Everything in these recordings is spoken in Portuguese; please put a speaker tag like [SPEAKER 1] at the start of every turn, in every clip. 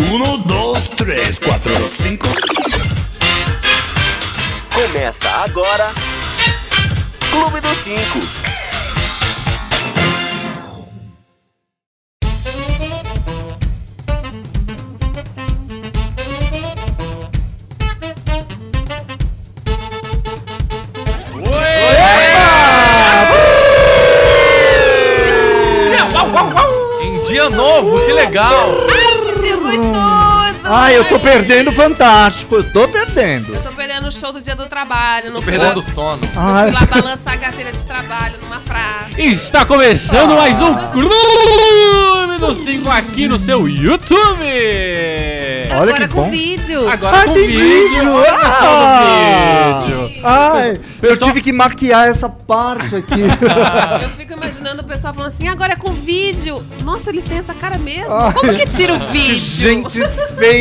[SPEAKER 1] Um, dois, três, quatro, cinco.
[SPEAKER 2] Começa agora. Clube dos Cinco.
[SPEAKER 3] Em dia novo, que legal!
[SPEAKER 4] Que dia gostoso!
[SPEAKER 5] Ai, eu tô perdendo o Fantástico, eu tô perdendo.
[SPEAKER 4] Eu tô perdendo o show do dia do trabalho.
[SPEAKER 3] Tô
[SPEAKER 4] Não
[SPEAKER 3] perdendo o sono.
[SPEAKER 4] Fui
[SPEAKER 5] Ai,
[SPEAKER 4] lá balançar a carteira de trabalho numa praça.
[SPEAKER 6] Está começando mais um Clube do 5 aqui no seu YouTube.
[SPEAKER 5] Olha
[SPEAKER 4] Agora
[SPEAKER 5] que
[SPEAKER 4] com
[SPEAKER 5] bom.
[SPEAKER 4] vídeo.
[SPEAKER 6] Agora
[SPEAKER 5] Ah,
[SPEAKER 6] com
[SPEAKER 5] tem
[SPEAKER 6] vídeo.
[SPEAKER 5] vídeo.
[SPEAKER 6] olha só
[SPEAKER 5] Ah.
[SPEAKER 6] no vídeo.
[SPEAKER 5] ai, eu
[SPEAKER 6] Pessoal-
[SPEAKER 5] tive que maquiar essa parte aqui.
[SPEAKER 4] Eu fico imaginando o pessoal falando assim, agora é com vídeo. Nossa, eles têm essa cara mesmo? Como que tira o vídeo?
[SPEAKER 5] Gente feia.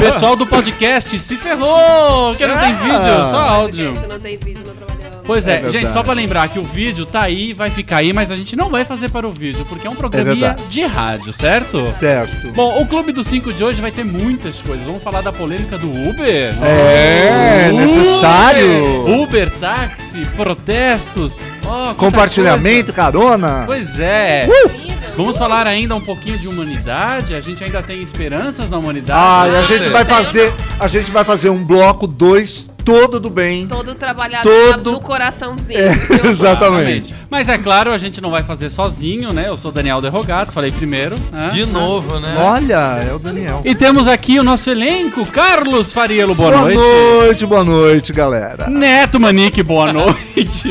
[SPEAKER 6] Pessoal do podcast se ferrou, que não tem
[SPEAKER 5] Ah.
[SPEAKER 6] vídeo, só
[SPEAKER 4] Mas,
[SPEAKER 6] áudio.
[SPEAKER 4] Gente, não tem vídeo, não trabalhamos.
[SPEAKER 6] Pois
[SPEAKER 5] É
[SPEAKER 6] é,
[SPEAKER 5] verdade.
[SPEAKER 6] gente, só pra lembrar que o vídeo tá aí, vai ficar aí, mas a gente não vai fazer para o vídeo, porque é um programinha
[SPEAKER 5] verdade.
[SPEAKER 6] de rádio, certo?
[SPEAKER 5] Certo.
[SPEAKER 6] Bom, o Clube dos 5 de hoje vai ter muitas coisas. Vamos falar da polêmica do Uber.
[SPEAKER 5] É
[SPEAKER 6] Uber,
[SPEAKER 5] necessário.
[SPEAKER 6] Uber, táxi, protestos. ó, quanta
[SPEAKER 5] Compartilhamento, carona.
[SPEAKER 6] coisa. Pois é.
[SPEAKER 4] Lindo.
[SPEAKER 6] Vamos falar ainda um pouquinho de humanidade. A gente ainda tem esperanças na humanidade.
[SPEAKER 5] Ai, a
[SPEAKER 4] Ah,
[SPEAKER 5] gente
[SPEAKER 4] eu
[SPEAKER 5] vai
[SPEAKER 4] sei, eu
[SPEAKER 5] fazer, a gente vai fazer um bloco 2 todo do bem.
[SPEAKER 4] Todo trabalhado
[SPEAKER 5] Todo- É,
[SPEAKER 4] do coraçãozinho. viu?
[SPEAKER 5] Exatamente.
[SPEAKER 6] Mas é claro, a gente não vai fazer sozinho, né? Eu sou Daniel Derrogato, falei primeiro. né?
[SPEAKER 3] De novo, né?
[SPEAKER 5] Olha, é o Daniel.
[SPEAKER 6] E temos aqui o nosso elenco, Carlos Fariello, boa,
[SPEAKER 5] Boa
[SPEAKER 6] noite.
[SPEAKER 5] noite, boa noite, galera.
[SPEAKER 6] Neto Manique, boa noite.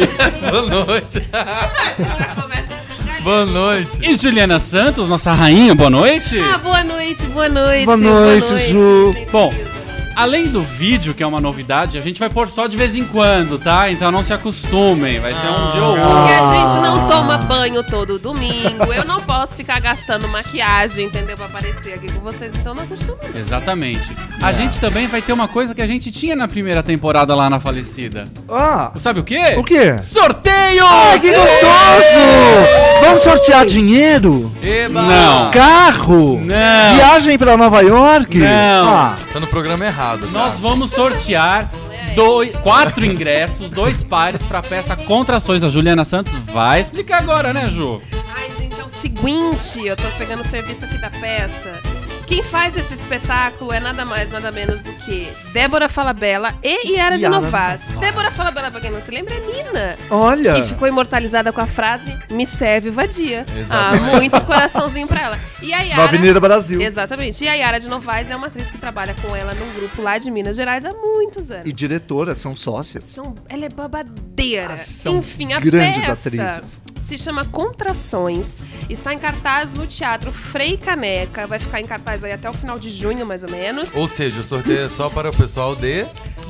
[SPEAKER 3] Boa noite.
[SPEAKER 4] Já começa a escangalhar.
[SPEAKER 3] Boa noite.
[SPEAKER 6] e Juliana Santos, nossa rainha, boa noite.
[SPEAKER 4] Ah, boa noite, boa noite.
[SPEAKER 5] Boa noite, Ju.
[SPEAKER 4] Gente,
[SPEAKER 6] Bom,
[SPEAKER 4] querida.
[SPEAKER 6] Além do vídeo, que é uma novidade, a gente vai pôr só de vez em quando, tá? Então não se acostumem, vai ser um dia ou outro.
[SPEAKER 4] Porque a gente não toma banho todo domingo. Eu não posso ficar gastando maquiagem, entendeu? Pra aparecer aqui com vocês. Então não acostumo.
[SPEAKER 6] Exatamente. A gente também vai ter uma coisa que a gente tinha na primeira temporada lá na falecida.
[SPEAKER 5] Ah,
[SPEAKER 6] Sabe o quê?
[SPEAKER 5] o quê?
[SPEAKER 6] Sorteio! É.
[SPEAKER 5] Ai, que gostoso! Vamos sortear dinheiro?
[SPEAKER 3] Eba!
[SPEAKER 4] Ah.
[SPEAKER 6] Não.
[SPEAKER 5] Carro?
[SPEAKER 6] Não.
[SPEAKER 5] Viagem pra Nova York?
[SPEAKER 6] Não.
[SPEAKER 5] Ah,
[SPEAKER 3] Tá no programa errado, tá?
[SPEAKER 6] Nós vamos sortear dois, quatro ingressos, dois pares pra peça Contrações. A Juliana Santos vai explicar agora, né, Ju?
[SPEAKER 4] Ai, gente, é o seguinte: eu tô pegando o serviço aqui da peça. Quem faz esse espetáculo é nada mais, nada menos do que Débora Falabella e Yara de
[SPEAKER 5] Yara
[SPEAKER 4] Novas.
[SPEAKER 5] Novas.
[SPEAKER 4] Débora Falabella, pra quem não se lembra, é Nina.
[SPEAKER 5] olha.
[SPEAKER 4] Que ficou imortalizada com a frase Me serve vadia.
[SPEAKER 3] Exatamente.
[SPEAKER 4] Ah, muito coraçãozinho pra ela. E a
[SPEAKER 5] Na
[SPEAKER 4] Yara.
[SPEAKER 5] Avenida Brasil.
[SPEAKER 4] Exatamente. E a Yara de Novaes é uma atriz que trabalha com ela num grupo lá de Minas Gerais há muitos
[SPEAKER 5] E
[SPEAKER 4] anos.
[SPEAKER 5] diretora, são sócias.
[SPEAKER 4] São, ela é babadeira.
[SPEAKER 5] Ah, são
[SPEAKER 4] Enfim, a
[SPEAKER 5] grandes
[SPEAKER 4] peça
[SPEAKER 5] atrizes.
[SPEAKER 4] se chama Contrações. Está em cartaz no Teatro Frei Caneca. Vai ficar em cartaz aí até o final de junho, mais ou menos.
[SPEAKER 3] Ou seja, o sorteio é só para o pessoal de...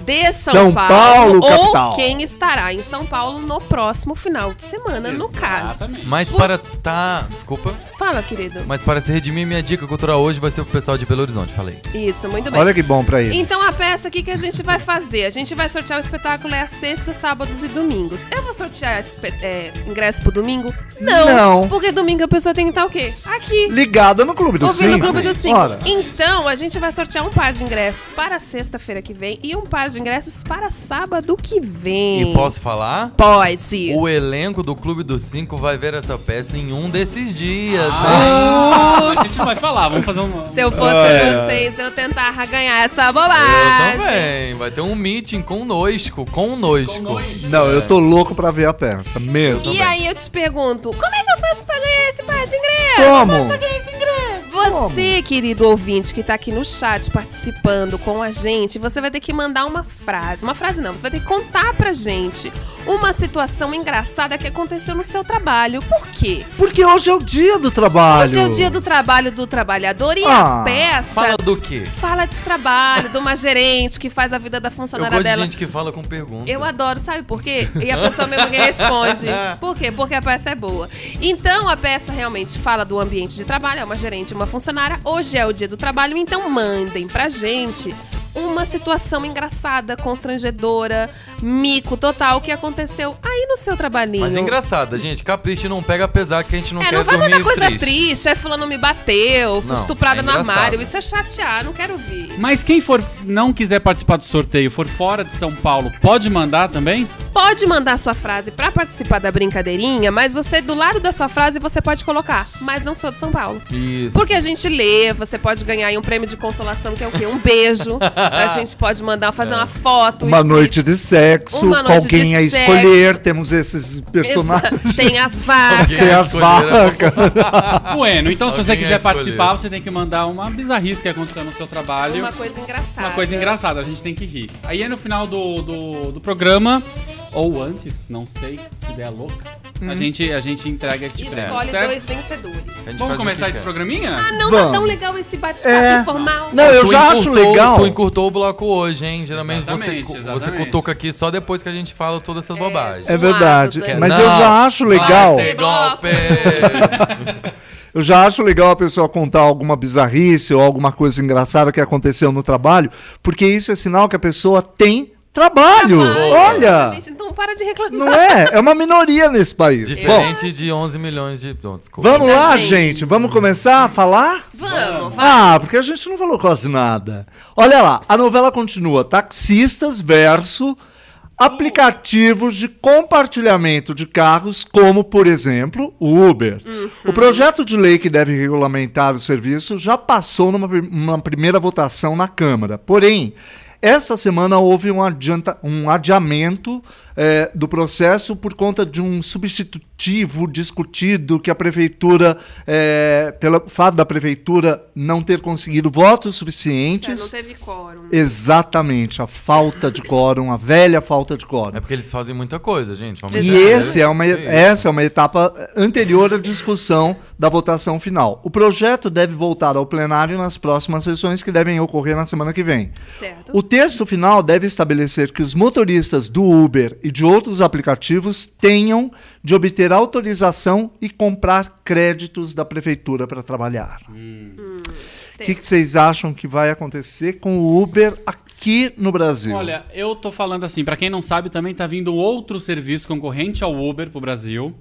[SPEAKER 4] De São,
[SPEAKER 5] São Paulo,
[SPEAKER 4] Paulo ou
[SPEAKER 5] capital.
[SPEAKER 4] quem estará em São Paulo no próximo final de semana, no caso.
[SPEAKER 3] Mas para tá... Desculpa.
[SPEAKER 4] Fala, querido.
[SPEAKER 3] Mas para se redimir, minha dica cultural hoje vai ser pro pessoal de Belo Horizonte, falei.
[SPEAKER 4] Isso, muito bem.
[SPEAKER 5] Olha que bom pra eles.
[SPEAKER 4] Então a peça aqui que a gente vai fazer, a gente vai sortear o espetáculo é a sexta, sábados e domingos. Eu vou sortear espe- é, ingresso pro domingo? Não,
[SPEAKER 5] Não.
[SPEAKER 4] Porque domingo a pessoa tem que estar o quê? Aqui.
[SPEAKER 5] Ligada no Clube dos
[SPEAKER 4] Ouvindo o
[SPEAKER 5] Cinco.
[SPEAKER 4] Clube dos Cinco.
[SPEAKER 5] Ora.
[SPEAKER 4] Então, a gente vai sortear um par de ingressos para sexta-feira que vem e um par de ingressos para sábado que vem.
[SPEAKER 3] E posso falar?
[SPEAKER 4] Pode.
[SPEAKER 3] O elenco do Clube dos Cinco vai ver essa peça em um desses dias, né?
[SPEAKER 6] Ah, a gente não vai falar, vamos fazer um.
[SPEAKER 4] Se eu fosse vocês, eu tentava ganhar essa
[SPEAKER 3] Eu
[SPEAKER 4] bobagem.
[SPEAKER 3] também. Vai ter um meeting conosco, conosco.
[SPEAKER 6] Conosco.
[SPEAKER 5] Não, eu tô louco pra ver a peça, mesmo.
[SPEAKER 4] E aí eu te pergunto, como é que eu faço pra ganhar esse par de ingresso?
[SPEAKER 5] Como?
[SPEAKER 4] Você, querido ouvinte que tá aqui no chat participando com a gente, você vai ter que mandar uma frase. Uma frase não, você vai ter que contar pra gente uma situação engraçada que aconteceu no seu trabalho. Por quê?
[SPEAKER 5] Porque hoje é o dia do trabalho.
[SPEAKER 4] Hoje é o dia do trabalho do trabalhador e a
[SPEAKER 5] Ah,
[SPEAKER 4] peça
[SPEAKER 3] Fala
[SPEAKER 4] fala...
[SPEAKER 3] do quê?
[SPEAKER 4] de trabalho, de uma gerente que faz a vida da
[SPEAKER 3] Eu
[SPEAKER 4] funcionária
[SPEAKER 3] gosto de
[SPEAKER 4] dela.
[SPEAKER 3] gente que fala com pergunta.
[SPEAKER 4] Eu adoro, sabe por quê? E a pessoa mesmo que responde. Por quê? Porque a peça é boa. Então a peça realmente fala do ambiente de trabalho, é uma gerente, uma funcionária. Hoje é o dia do trabalho, então mandem pra gente uma situação engraçada, constrangedora, mico total que aconteceu aí no seu trabalhinho.
[SPEAKER 3] Mas engraçada, gente, capricho não pega apesar que a gente não
[SPEAKER 4] é,
[SPEAKER 3] quer
[SPEAKER 4] não vai
[SPEAKER 3] dormir
[SPEAKER 4] mandar coisa
[SPEAKER 3] triste.
[SPEAKER 4] triste. é fulano me bateu, fui
[SPEAKER 3] Não,
[SPEAKER 4] estuprada
[SPEAKER 3] é
[SPEAKER 4] no armário.
[SPEAKER 3] engraçado.
[SPEAKER 4] Isso é chatear, não quero ouvir.
[SPEAKER 6] Mas quem for não quiser participar do sorteio, for fora de São Paulo, pode mandar também?
[SPEAKER 4] Pode mandar sua frase pra participar da brincadeirinha, mas você, do lado da sua frase, você pode colocar, mas não sou de São Paulo.
[SPEAKER 3] Isso.
[SPEAKER 4] Porque a gente lê, você pode ganhar aí um prêmio de consolação, que é o quê? Um beijo. a gente pode mandar
[SPEAKER 3] É.
[SPEAKER 4] fazer uma foto. um
[SPEAKER 5] Uma
[SPEAKER 4] escrito.
[SPEAKER 5] noite de sexo,
[SPEAKER 4] Uma noite
[SPEAKER 5] com quem
[SPEAKER 4] de
[SPEAKER 5] a
[SPEAKER 4] sexo.
[SPEAKER 5] escolher, temos esses personagens.
[SPEAKER 4] Exa- Tem as vacas.
[SPEAKER 3] Alguém
[SPEAKER 5] Tem as
[SPEAKER 3] escolheu, né?
[SPEAKER 5] vacas.
[SPEAKER 6] Bueno, então se
[SPEAKER 3] Alguém
[SPEAKER 6] você
[SPEAKER 3] ia
[SPEAKER 6] quiser
[SPEAKER 3] escolher.
[SPEAKER 6] participar, você tem que mandar uma bizarrice que aconteceu no seu trabalho.
[SPEAKER 4] Uma coisa engraçada.
[SPEAKER 6] Uma coisa engraçada, a gente tem que rir. Aí é no final do, do, do programa, ou antes, não sei, se der a louca, a, gente, a gente entrega esse
[SPEAKER 4] E
[SPEAKER 6] prêmio,
[SPEAKER 4] Hum. Escolhe
[SPEAKER 6] certo?
[SPEAKER 4] dois vencedores.
[SPEAKER 3] A gente
[SPEAKER 6] Vamos
[SPEAKER 3] faz o
[SPEAKER 6] começar
[SPEAKER 3] que
[SPEAKER 6] esse
[SPEAKER 3] quer.
[SPEAKER 6] programinha?
[SPEAKER 4] Ah, não tá
[SPEAKER 5] Vamos.
[SPEAKER 4] tão legal esse bate-papo
[SPEAKER 5] É.
[SPEAKER 4] informal.
[SPEAKER 5] Não, eu
[SPEAKER 3] Tu
[SPEAKER 5] já acho
[SPEAKER 3] encurtou-
[SPEAKER 5] legal.
[SPEAKER 3] Tu encurtou o bloco hoje, hein? Geralmente você,
[SPEAKER 6] Exatamente,
[SPEAKER 3] cu- você
[SPEAKER 6] exatamente.
[SPEAKER 3] cutuca aqui só depois que a gente fala toda essa bobagem.
[SPEAKER 5] É verdade.
[SPEAKER 4] Quer-
[SPEAKER 5] Mas
[SPEAKER 3] Não,
[SPEAKER 5] eu já acho
[SPEAKER 3] vai
[SPEAKER 5] legal.
[SPEAKER 3] ter golpe.
[SPEAKER 5] Eu já acho legal a pessoa contar alguma bizarrice ou alguma coisa engraçada que aconteceu no trabalho, porque isso é sinal que a pessoa tem trabalho.
[SPEAKER 4] Trabalho,
[SPEAKER 5] Olha!
[SPEAKER 4] exatamente. Então para de reclamar.
[SPEAKER 5] Não é? É uma minoria nesse país. Bom,
[SPEAKER 3] Diferente de 11 milhões de... Não, desculpa.
[SPEAKER 5] vamos
[SPEAKER 4] Ainda
[SPEAKER 5] lá,
[SPEAKER 4] bem.
[SPEAKER 5] gente. Vamos começar a falar?
[SPEAKER 4] Vamos, vai.
[SPEAKER 5] Ah, porque a gente não falou quase nada. Olha lá, a novela continua: taxistas versus aplicativos de compartilhamento de carros, como, por exemplo, o Uber. O projeto de lei que deve regulamentar o serviço já passou numa pri- uma primeira votação na Câmara. Porém, esta semana houve um, adianta, um adiamento eh, do processo por conta de um substitutivo discutido que a prefeitura, eh, pelo fato da prefeitura não ter conseguido votos
[SPEAKER 4] Você não
[SPEAKER 5] suficientes.
[SPEAKER 4] teve quórum.
[SPEAKER 5] Exatamente, a falta de quórum, a velha falta de quórum.
[SPEAKER 3] É porque eles fazem muita coisa, gente. Vamos
[SPEAKER 5] E
[SPEAKER 3] entender. né?
[SPEAKER 5] esse é uma, essa é uma etapa anterior à discussão da votação final. O projeto deve voltar ao plenário nas próximas sessões que devem ocorrer na semana que vem.
[SPEAKER 4] Certo.
[SPEAKER 5] O texto final deve estabelecer que os motoristas do Uber e de outros aplicativos tenham de obter autorização e comprar créditos da prefeitura para trabalhar. O que, que vocês acham que vai acontecer com o Uber aqui no Brasil?
[SPEAKER 6] Olha, eu tô falando assim, pra quem não sabe, também tá vindo outro serviço concorrente ao Uber pro Brasil.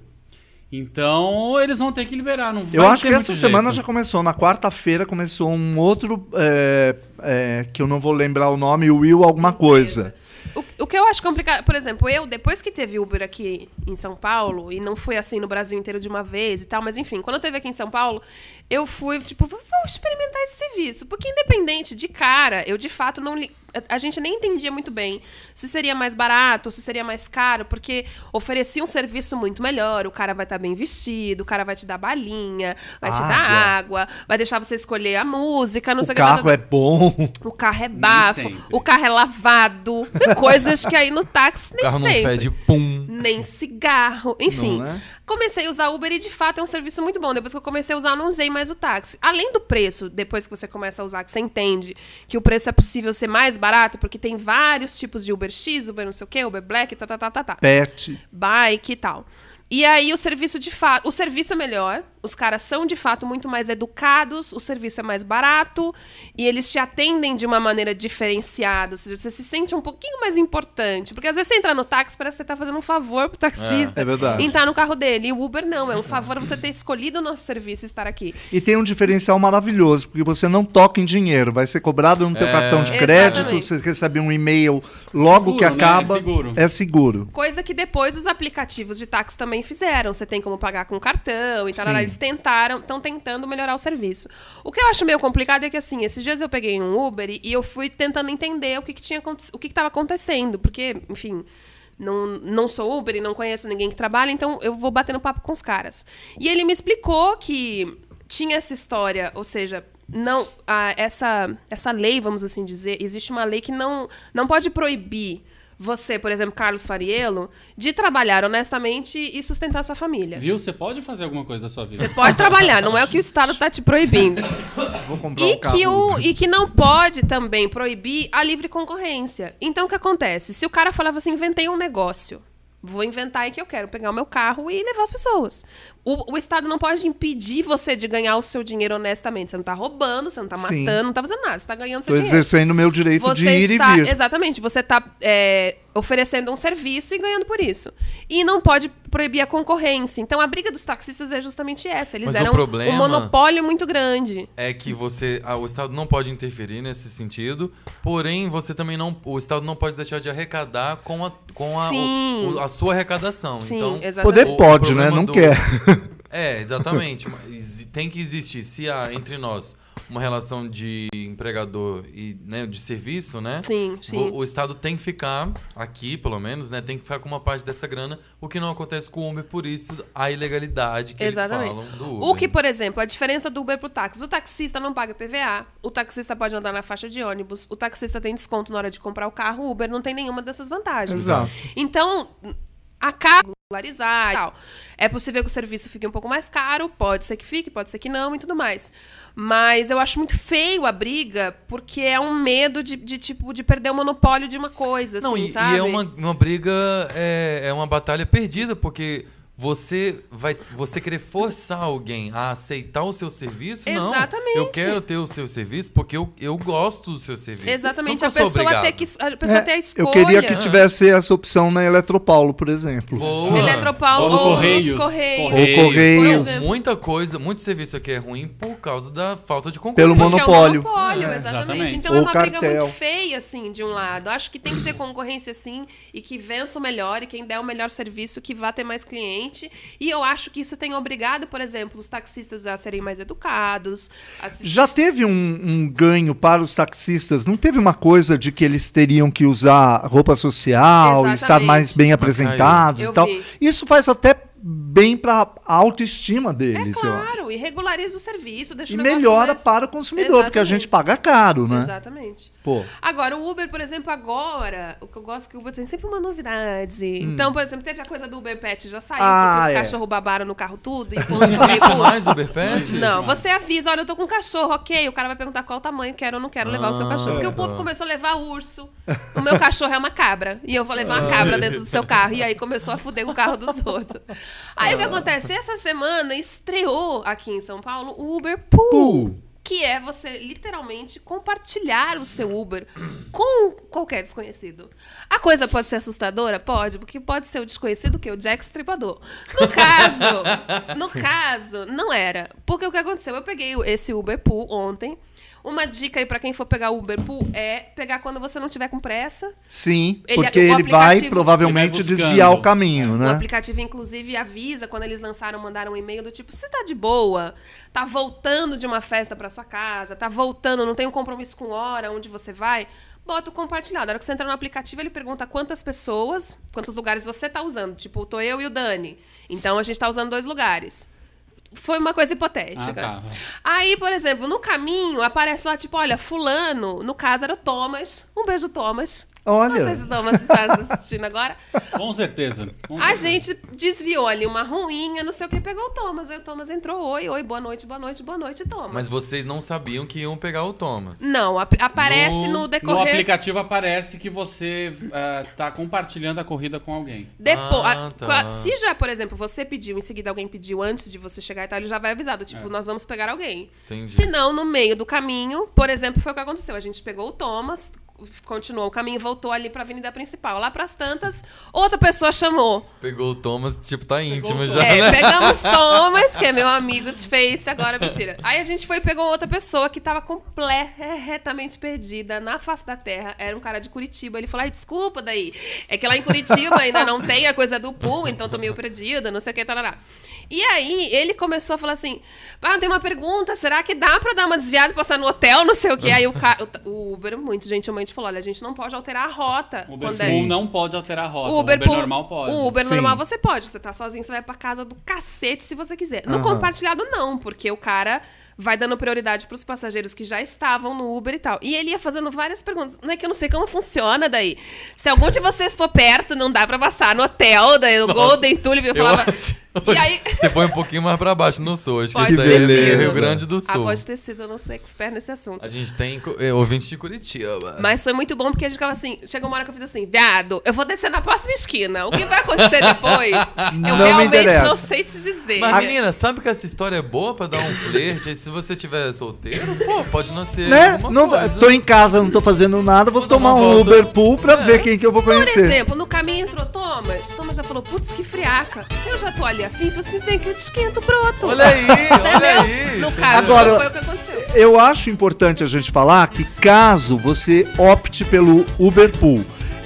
[SPEAKER 6] Então, eles vão ter que liberar, não
[SPEAKER 5] Eu
[SPEAKER 6] vai
[SPEAKER 5] acho
[SPEAKER 6] ter
[SPEAKER 5] que essa
[SPEAKER 6] muito
[SPEAKER 5] semana já
[SPEAKER 6] jeito.
[SPEAKER 5] começou. Na quarta-feira começou um outro é, é, que eu não vou lembrar o nome, Will alguma coisa.
[SPEAKER 4] O, o que eu acho complicado, por exemplo, eu, depois que teve Uber aqui em São Paulo, e não foi assim no Brasil inteiro de uma vez e tal, mas enfim, quando eu teve aqui em São Paulo, eu fui, tipo, vou, vou experimentar esse serviço. Porque independente de cara, eu de fato não li. a- A gente nem entendia muito bem se seria mais barato, se seria mais caro, porque oferecia um serviço muito melhor. O cara vai estar bem vestido, o cara vai te dar balinha, vai te dar
[SPEAKER 5] Água.
[SPEAKER 4] água, vai deixar você escolher a música, não
[SPEAKER 5] Ah, é. O
[SPEAKER 4] sei
[SPEAKER 5] carro
[SPEAKER 4] que.
[SPEAKER 5] é bom.
[SPEAKER 4] O carro é bafo,
[SPEAKER 6] sempre.
[SPEAKER 4] o carro é lavado. Tem coisas que aí no táxi
[SPEAKER 3] O
[SPEAKER 4] nem
[SPEAKER 3] carro não
[SPEAKER 4] sempre.
[SPEAKER 3] fede pum.
[SPEAKER 4] Nem cigarro, enfim.
[SPEAKER 5] Não é?
[SPEAKER 4] Comecei a usar Uber e de fato é um serviço muito bom. Depois que eu comecei a usar, eu não usei mais o táxi. Além do preço, depois que você começa a usar, que você entende que o preço é possível ser mais barato, porque tem vários tipos de Uber X, Uber não sei o quê, Uber Black, tá, tá, tá, tá, tá
[SPEAKER 5] Pet.
[SPEAKER 4] bike e tal. E aí o serviço de fato, o serviço é melhor, os caras são de fato muito mais educados, o serviço é mais barato e eles te atendem de uma maneira diferenciada, ou seja, você se sente um pouquinho mais importante, porque às vezes você entrar no táxi parece que você tá fazendo um favor pro taxista.
[SPEAKER 5] É, é verdade.
[SPEAKER 4] Entrar no carro dele. E o Uber não, é um favor você ter escolhido o nosso serviço e estar aqui.
[SPEAKER 5] E tem um diferencial maravilhoso, porque você não toca em dinheiro. Vai ser cobrado no teu
[SPEAKER 3] É.
[SPEAKER 5] cartão de
[SPEAKER 4] Exatamente.
[SPEAKER 5] crédito, você recebe um e-mail logo
[SPEAKER 6] Seguro,
[SPEAKER 5] que
[SPEAKER 6] né?
[SPEAKER 5] acaba.
[SPEAKER 6] É seguro.
[SPEAKER 5] É seguro.
[SPEAKER 4] Coisa que depois os aplicativos de táxi também fizeram. Você tem como pagar com cartão e tal.
[SPEAKER 5] Sim.
[SPEAKER 4] Eles tentaram, estão tentando melhorar o serviço. O que eu acho meio complicado é que, assim, esses dias eu peguei um Uber e, e eu fui tentando entender o que, que tinha aconte- o que estava acontecendo. Porque, enfim, não, não sou Uber e não conheço ninguém que trabalha, então eu vou batendo papo com os caras. E ele me explicou que tinha essa história, ou seja, não a- essa, essa lei, vamos assim dizer, existe uma lei que não, não pode proibir você, por exemplo, Carlos Fariello, de trabalhar honestamente e sustentar sua família.
[SPEAKER 6] Viu? Você pode fazer alguma coisa da sua vida.
[SPEAKER 4] Você pode trabalhar, não é o que o Estado está te proibindo.
[SPEAKER 5] Vou comprar
[SPEAKER 4] E
[SPEAKER 5] um carro.
[SPEAKER 4] que, o, e que não pode também proibir a livre concorrência. Então, o que acontece? Se o cara falava assim, inventei um negócio, vou inventar aí que eu quero pegar o meu carro e levar as pessoas. O, o Estado não pode impedir você de ganhar o seu dinheiro honestamente. Você não tá roubando, você não tá
[SPEAKER 5] Sim.
[SPEAKER 4] matando, não tá fazendo nada. Você tá ganhando seu
[SPEAKER 5] Estou
[SPEAKER 4] dinheiro.
[SPEAKER 5] exercendo o meu direito
[SPEAKER 4] Você
[SPEAKER 5] de ir
[SPEAKER 4] está,
[SPEAKER 5] e vir.
[SPEAKER 4] Exatamente, você está é, oferecendo um serviço e ganhando por isso. E não pode proibir a concorrência. Então a briga dos taxistas é justamente essa. Eles
[SPEAKER 3] Mas o
[SPEAKER 4] eram
[SPEAKER 3] problema-
[SPEAKER 4] um monopólio muito grande.
[SPEAKER 3] É que você. ah, o Estado não pode interferir nesse sentido. Porém, você também não. O Estado não pode deixar de arrecadar com a, com a, o-
[SPEAKER 4] Sim.
[SPEAKER 3] o- a sua arrecadação.
[SPEAKER 4] Sim,
[SPEAKER 3] então,
[SPEAKER 4] exatamente.
[SPEAKER 5] Poder
[SPEAKER 3] O- o
[SPEAKER 5] pode, né?
[SPEAKER 3] problema
[SPEAKER 5] Não
[SPEAKER 3] do-
[SPEAKER 5] quer.
[SPEAKER 3] É, exatamente. Mas tem que existir, se há entre nós uma relação de empregador e né, de serviço, né?
[SPEAKER 4] Sim, sim.
[SPEAKER 3] O, o Estado tem que ficar, aqui pelo menos, né? Tem que ficar com uma parte dessa grana, o que não acontece com o Uber, por isso a ilegalidade que
[SPEAKER 4] Exatamente.
[SPEAKER 3] eles falam do Uber.
[SPEAKER 4] O que, por exemplo, a diferença do Uber pro táxi. O taxista não paga PVA, o taxista pode andar na faixa de ônibus, o taxista tem desconto na hora de comprar o carro, o Uber não tem nenhuma dessas vantagens.
[SPEAKER 5] Exato.
[SPEAKER 4] Então, a carga regularizar e tal. É possível que o serviço fique um pouco mais caro, pode ser que fique, pode ser que não e tudo mais. Mas eu acho muito feio a briga, porque é um medo de, de, tipo, de perder o monopólio de uma coisa,
[SPEAKER 3] Não,
[SPEAKER 4] assim,
[SPEAKER 3] e, e
[SPEAKER 4] sabe?
[SPEAKER 3] é uma, uma briga, é, é uma batalha perdida, porque você vai você querer forçar alguém a aceitar o seu serviço?
[SPEAKER 4] Exatamente.
[SPEAKER 3] Não, eu quero ter o seu serviço porque eu, eu gosto do seu serviço.
[SPEAKER 4] Exatamente,
[SPEAKER 3] Nunca
[SPEAKER 4] a
[SPEAKER 3] sou
[SPEAKER 4] pessoa,
[SPEAKER 3] obrigado.
[SPEAKER 4] ter que, a pessoa
[SPEAKER 5] É,
[SPEAKER 4] ter a escolha.
[SPEAKER 5] Eu queria que tivesse essa opção na Eletropaulo, por exemplo.
[SPEAKER 3] Boa.
[SPEAKER 4] Eletropaulo
[SPEAKER 6] Ou no
[SPEAKER 4] ou
[SPEAKER 6] Correios.
[SPEAKER 4] nos Correios.
[SPEAKER 5] Ou Correios.
[SPEAKER 4] Por exemplo.
[SPEAKER 3] Muita coisa, muito serviço aqui é ruim por causa da falta de concorrência.
[SPEAKER 5] Pelo
[SPEAKER 4] Porque
[SPEAKER 5] monopólio.
[SPEAKER 4] É um monopólio,
[SPEAKER 6] É,
[SPEAKER 4] exatamente.
[SPEAKER 6] exatamente.
[SPEAKER 4] Então é
[SPEAKER 5] Ou
[SPEAKER 4] uma briga
[SPEAKER 5] cartel.
[SPEAKER 4] muito feia, assim, de um lado. Acho que tem que ter concorrência, sim, e que vença o melhor, e quem der o melhor serviço, que vá ter mais cliente. E eu acho que isso tem obrigado, por exemplo, os taxistas a serem mais educados. a se-
[SPEAKER 5] Já teve um, um ganho para os taxistas? Não teve uma coisa de que eles teriam que usar roupa social,
[SPEAKER 4] Exatamente.
[SPEAKER 5] estar mais bem
[SPEAKER 3] caiu.
[SPEAKER 5] apresentados e
[SPEAKER 4] Eu
[SPEAKER 5] tal?
[SPEAKER 4] vi.
[SPEAKER 5] Isso faz até bem para a autoestima deles, eu acho.
[SPEAKER 4] É Claro, e regulariza o serviço, deixa
[SPEAKER 5] E
[SPEAKER 4] o negócio
[SPEAKER 5] melhora
[SPEAKER 4] mais-
[SPEAKER 5] para o consumidor, porque a
[SPEAKER 4] Exatamente.
[SPEAKER 5] gente paga caro, né?
[SPEAKER 4] Exatamente.
[SPEAKER 5] Pô.
[SPEAKER 4] Agora, o Uber, por exemplo, agora, o que eu gosto é que o Uber tem sempre uma novidade. Então, por exemplo, teve a coisa do Uber Pet já saiu,
[SPEAKER 5] Hum. Ah,
[SPEAKER 4] porque os
[SPEAKER 5] é.
[SPEAKER 4] cachorros babaram no carro tudo, e
[SPEAKER 3] Existe
[SPEAKER 4] conseguiu.
[SPEAKER 3] é mais Uber Pet?
[SPEAKER 4] Não, você avisa, olha, eu tô com um cachorro, ok. O cara vai perguntar qual o tamanho, quero ou não quero levar o seu
[SPEAKER 3] Ah,
[SPEAKER 4] cachorro. Porque o
[SPEAKER 3] tá.
[SPEAKER 4] povo começou a levar urso. O meu cachorro é uma cabra. E eu vou levar
[SPEAKER 5] Ah.
[SPEAKER 4] uma cabra dentro do seu carro. E aí começou a fuder com o carro dos outros. Aí o
[SPEAKER 5] Ah.
[SPEAKER 4] que acontece? Essa semana estreou aqui em São Paulo o Uber Pool.
[SPEAKER 5] Pool.
[SPEAKER 4] Que é você literalmente compartilhar o seu Uber com qualquer desconhecido. A coisa pode ser assustadora? Pode, porque pode ser o desconhecido que é o Jack Stripador. No caso, no caso, não era. Porque o que aconteceu? Eu peguei esse Uber Pool ontem. Uma dica aí pra quem for pegar Uber Pool é pegar quando você não tiver com pressa.
[SPEAKER 5] Sim,
[SPEAKER 4] Ele- é
[SPEAKER 5] porque
[SPEAKER 4] o
[SPEAKER 5] ele vai
[SPEAKER 4] aplicativo-
[SPEAKER 5] provavelmente
[SPEAKER 6] Ele vai buscando.
[SPEAKER 5] desviar o caminho,
[SPEAKER 4] O
[SPEAKER 5] né?
[SPEAKER 4] aplicativo, inclusive, avisa quando eles lançaram, mandaram um e-mail do tipo: se tá de boa, tá voltando de uma festa pra sua casa, tá voltando, não tem um compromisso com hora, onde você vai, bota o compartilhado. Na hora que você entra no aplicativo, ele pergunta quantas pessoas, quantos lugares você tá usando. Tipo, tô eu e o Dani. Então a gente tá usando dois lugares. Foi uma coisa hipotética.
[SPEAKER 6] Ah, tá.
[SPEAKER 4] Aí, por exemplo, no caminho aparece lá, tipo, olha, fulano, no caso era o Thomas. Um beijo, Thomas. Não sei
[SPEAKER 5] Olha,
[SPEAKER 4] se o Thomas está nos assistindo agora.
[SPEAKER 6] Com certeza. Com
[SPEAKER 3] Uhum.
[SPEAKER 4] A
[SPEAKER 6] certeza.
[SPEAKER 4] gente desviou ali uma ruinha, não sei o que, pegou o Thomas. Aí o Thomas entrou, oi, oi, boa noite, boa noite, boa noite, Thomas.
[SPEAKER 3] Mas vocês não sabiam que iam pegar o Thomas.
[SPEAKER 4] Não, ap- aparece
[SPEAKER 3] No-
[SPEAKER 4] no,
[SPEAKER 6] No
[SPEAKER 4] decorrer...
[SPEAKER 6] aplicativo aparece que você ah, tá compartilhando a corrida com alguém.
[SPEAKER 4] Depois,
[SPEAKER 3] Ah,
[SPEAKER 4] a-
[SPEAKER 3] tá.
[SPEAKER 4] qua- se já, por exemplo, você pediu, em seguida alguém pediu antes de você chegar e tal, ele já vai avisado, tipo, nós vamos pegar alguém.
[SPEAKER 3] É. Entendi.
[SPEAKER 4] Se não, no meio do caminho, por exemplo, foi o que aconteceu. A gente pegou o Thomas, continuou o caminho, voltou ali pra avenida principal. Lá pras tantas, outra pessoa chamou.
[SPEAKER 3] Pegou o Thomas, tipo, tá íntima
[SPEAKER 6] o
[SPEAKER 3] já,
[SPEAKER 4] É,
[SPEAKER 3] né?
[SPEAKER 4] pegamos Thomas, que é meu amigo de Face, agora mentira. Aí a gente foi e pegou outra pessoa que tava completamente perdida na face da terra. Era um cara de Curitiba. Ele falou: Ai, desculpa daí. É que lá em Curitiba ainda não tem a coisa do pool, então tô meio perdida, não sei o que, tarará. E aí ele começou a falar assim: Ah, tem uma pergunta, será que dá pra dar uma desviada e passar no hotel? Não sei o que. Aí o, ca... o- o Uber, muito gentilmente, falou: Olha, a gente não pode alterar a rota.
[SPEAKER 6] O Uber
[SPEAKER 4] quando é-
[SPEAKER 6] Pool não pode alterar a rota.
[SPEAKER 4] Uber,
[SPEAKER 6] o Uber
[SPEAKER 4] por-
[SPEAKER 6] normal pode.
[SPEAKER 4] O Uber
[SPEAKER 5] Sim.
[SPEAKER 4] normal você pode. Você tá sozinho, você vai pra casa do cacete se você quiser. No
[SPEAKER 5] Aham.
[SPEAKER 4] compartilhado, não, porque o cara vai dando prioridade pros passageiros que já estavam no Uber e tal. E ele ia fazendo várias perguntas. Não é que eu não sei como funciona daí. Se algum de vocês for perto, não dá pra passar no hotel, daí o Golden Tulip, eu
[SPEAKER 3] Eu
[SPEAKER 4] falava...
[SPEAKER 3] acho-
[SPEAKER 4] E aí...
[SPEAKER 3] Você põe um pouquinho mais pra baixo, não sou. Acho que
[SPEAKER 4] Pode
[SPEAKER 3] isso
[SPEAKER 4] ter
[SPEAKER 3] aí é
[SPEAKER 4] sido.
[SPEAKER 3] Rio Grande do
[SPEAKER 4] Ah,
[SPEAKER 3] Sul.
[SPEAKER 4] pode ter sido, eu não sou expert nesse assunto.
[SPEAKER 3] A gente tem co- eh, ouvintes de Curitiba.
[SPEAKER 4] Mas foi muito bom porque a gente ficava assim. Chegou uma hora que eu fiz assim, viado, eu vou descer na próxima esquina. O que vai acontecer depois?
[SPEAKER 5] Não
[SPEAKER 4] eu
[SPEAKER 5] me
[SPEAKER 4] realmente
[SPEAKER 5] interessa.
[SPEAKER 4] não sei te dizer.
[SPEAKER 3] Mas, menina, sabe que essa história é boa pra dar um flerte? Aí, Se você tiver solteiro, pô, pode nascer
[SPEAKER 5] Né?
[SPEAKER 3] alguma
[SPEAKER 5] Não,
[SPEAKER 3] é coisa.
[SPEAKER 5] tô em casa, não tô fazendo nada, vou
[SPEAKER 3] Vou
[SPEAKER 5] tomar
[SPEAKER 3] dar uma
[SPEAKER 5] um
[SPEAKER 3] volta.
[SPEAKER 5] Uber Pool pra ver quem que eu vou
[SPEAKER 4] Por
[SPEAKER 5] conhecer.
[SPEAKER 4] exemplo, no caminho entrou Thomas. Thomas já falou, putz, que friaca. Se eu já tô ali afim, você vem que eu te esquento, broto.
[SPEAKER 3] Olha aí, olha aí.
[SPEAKER 4] No caso,
[SPEAKER 5] Agora-
[SPEAKER 4] foi o que aconteceu.
[SPEAKER 5] Eu acho importante a gente falar que caso você opte pelo Uber Pool,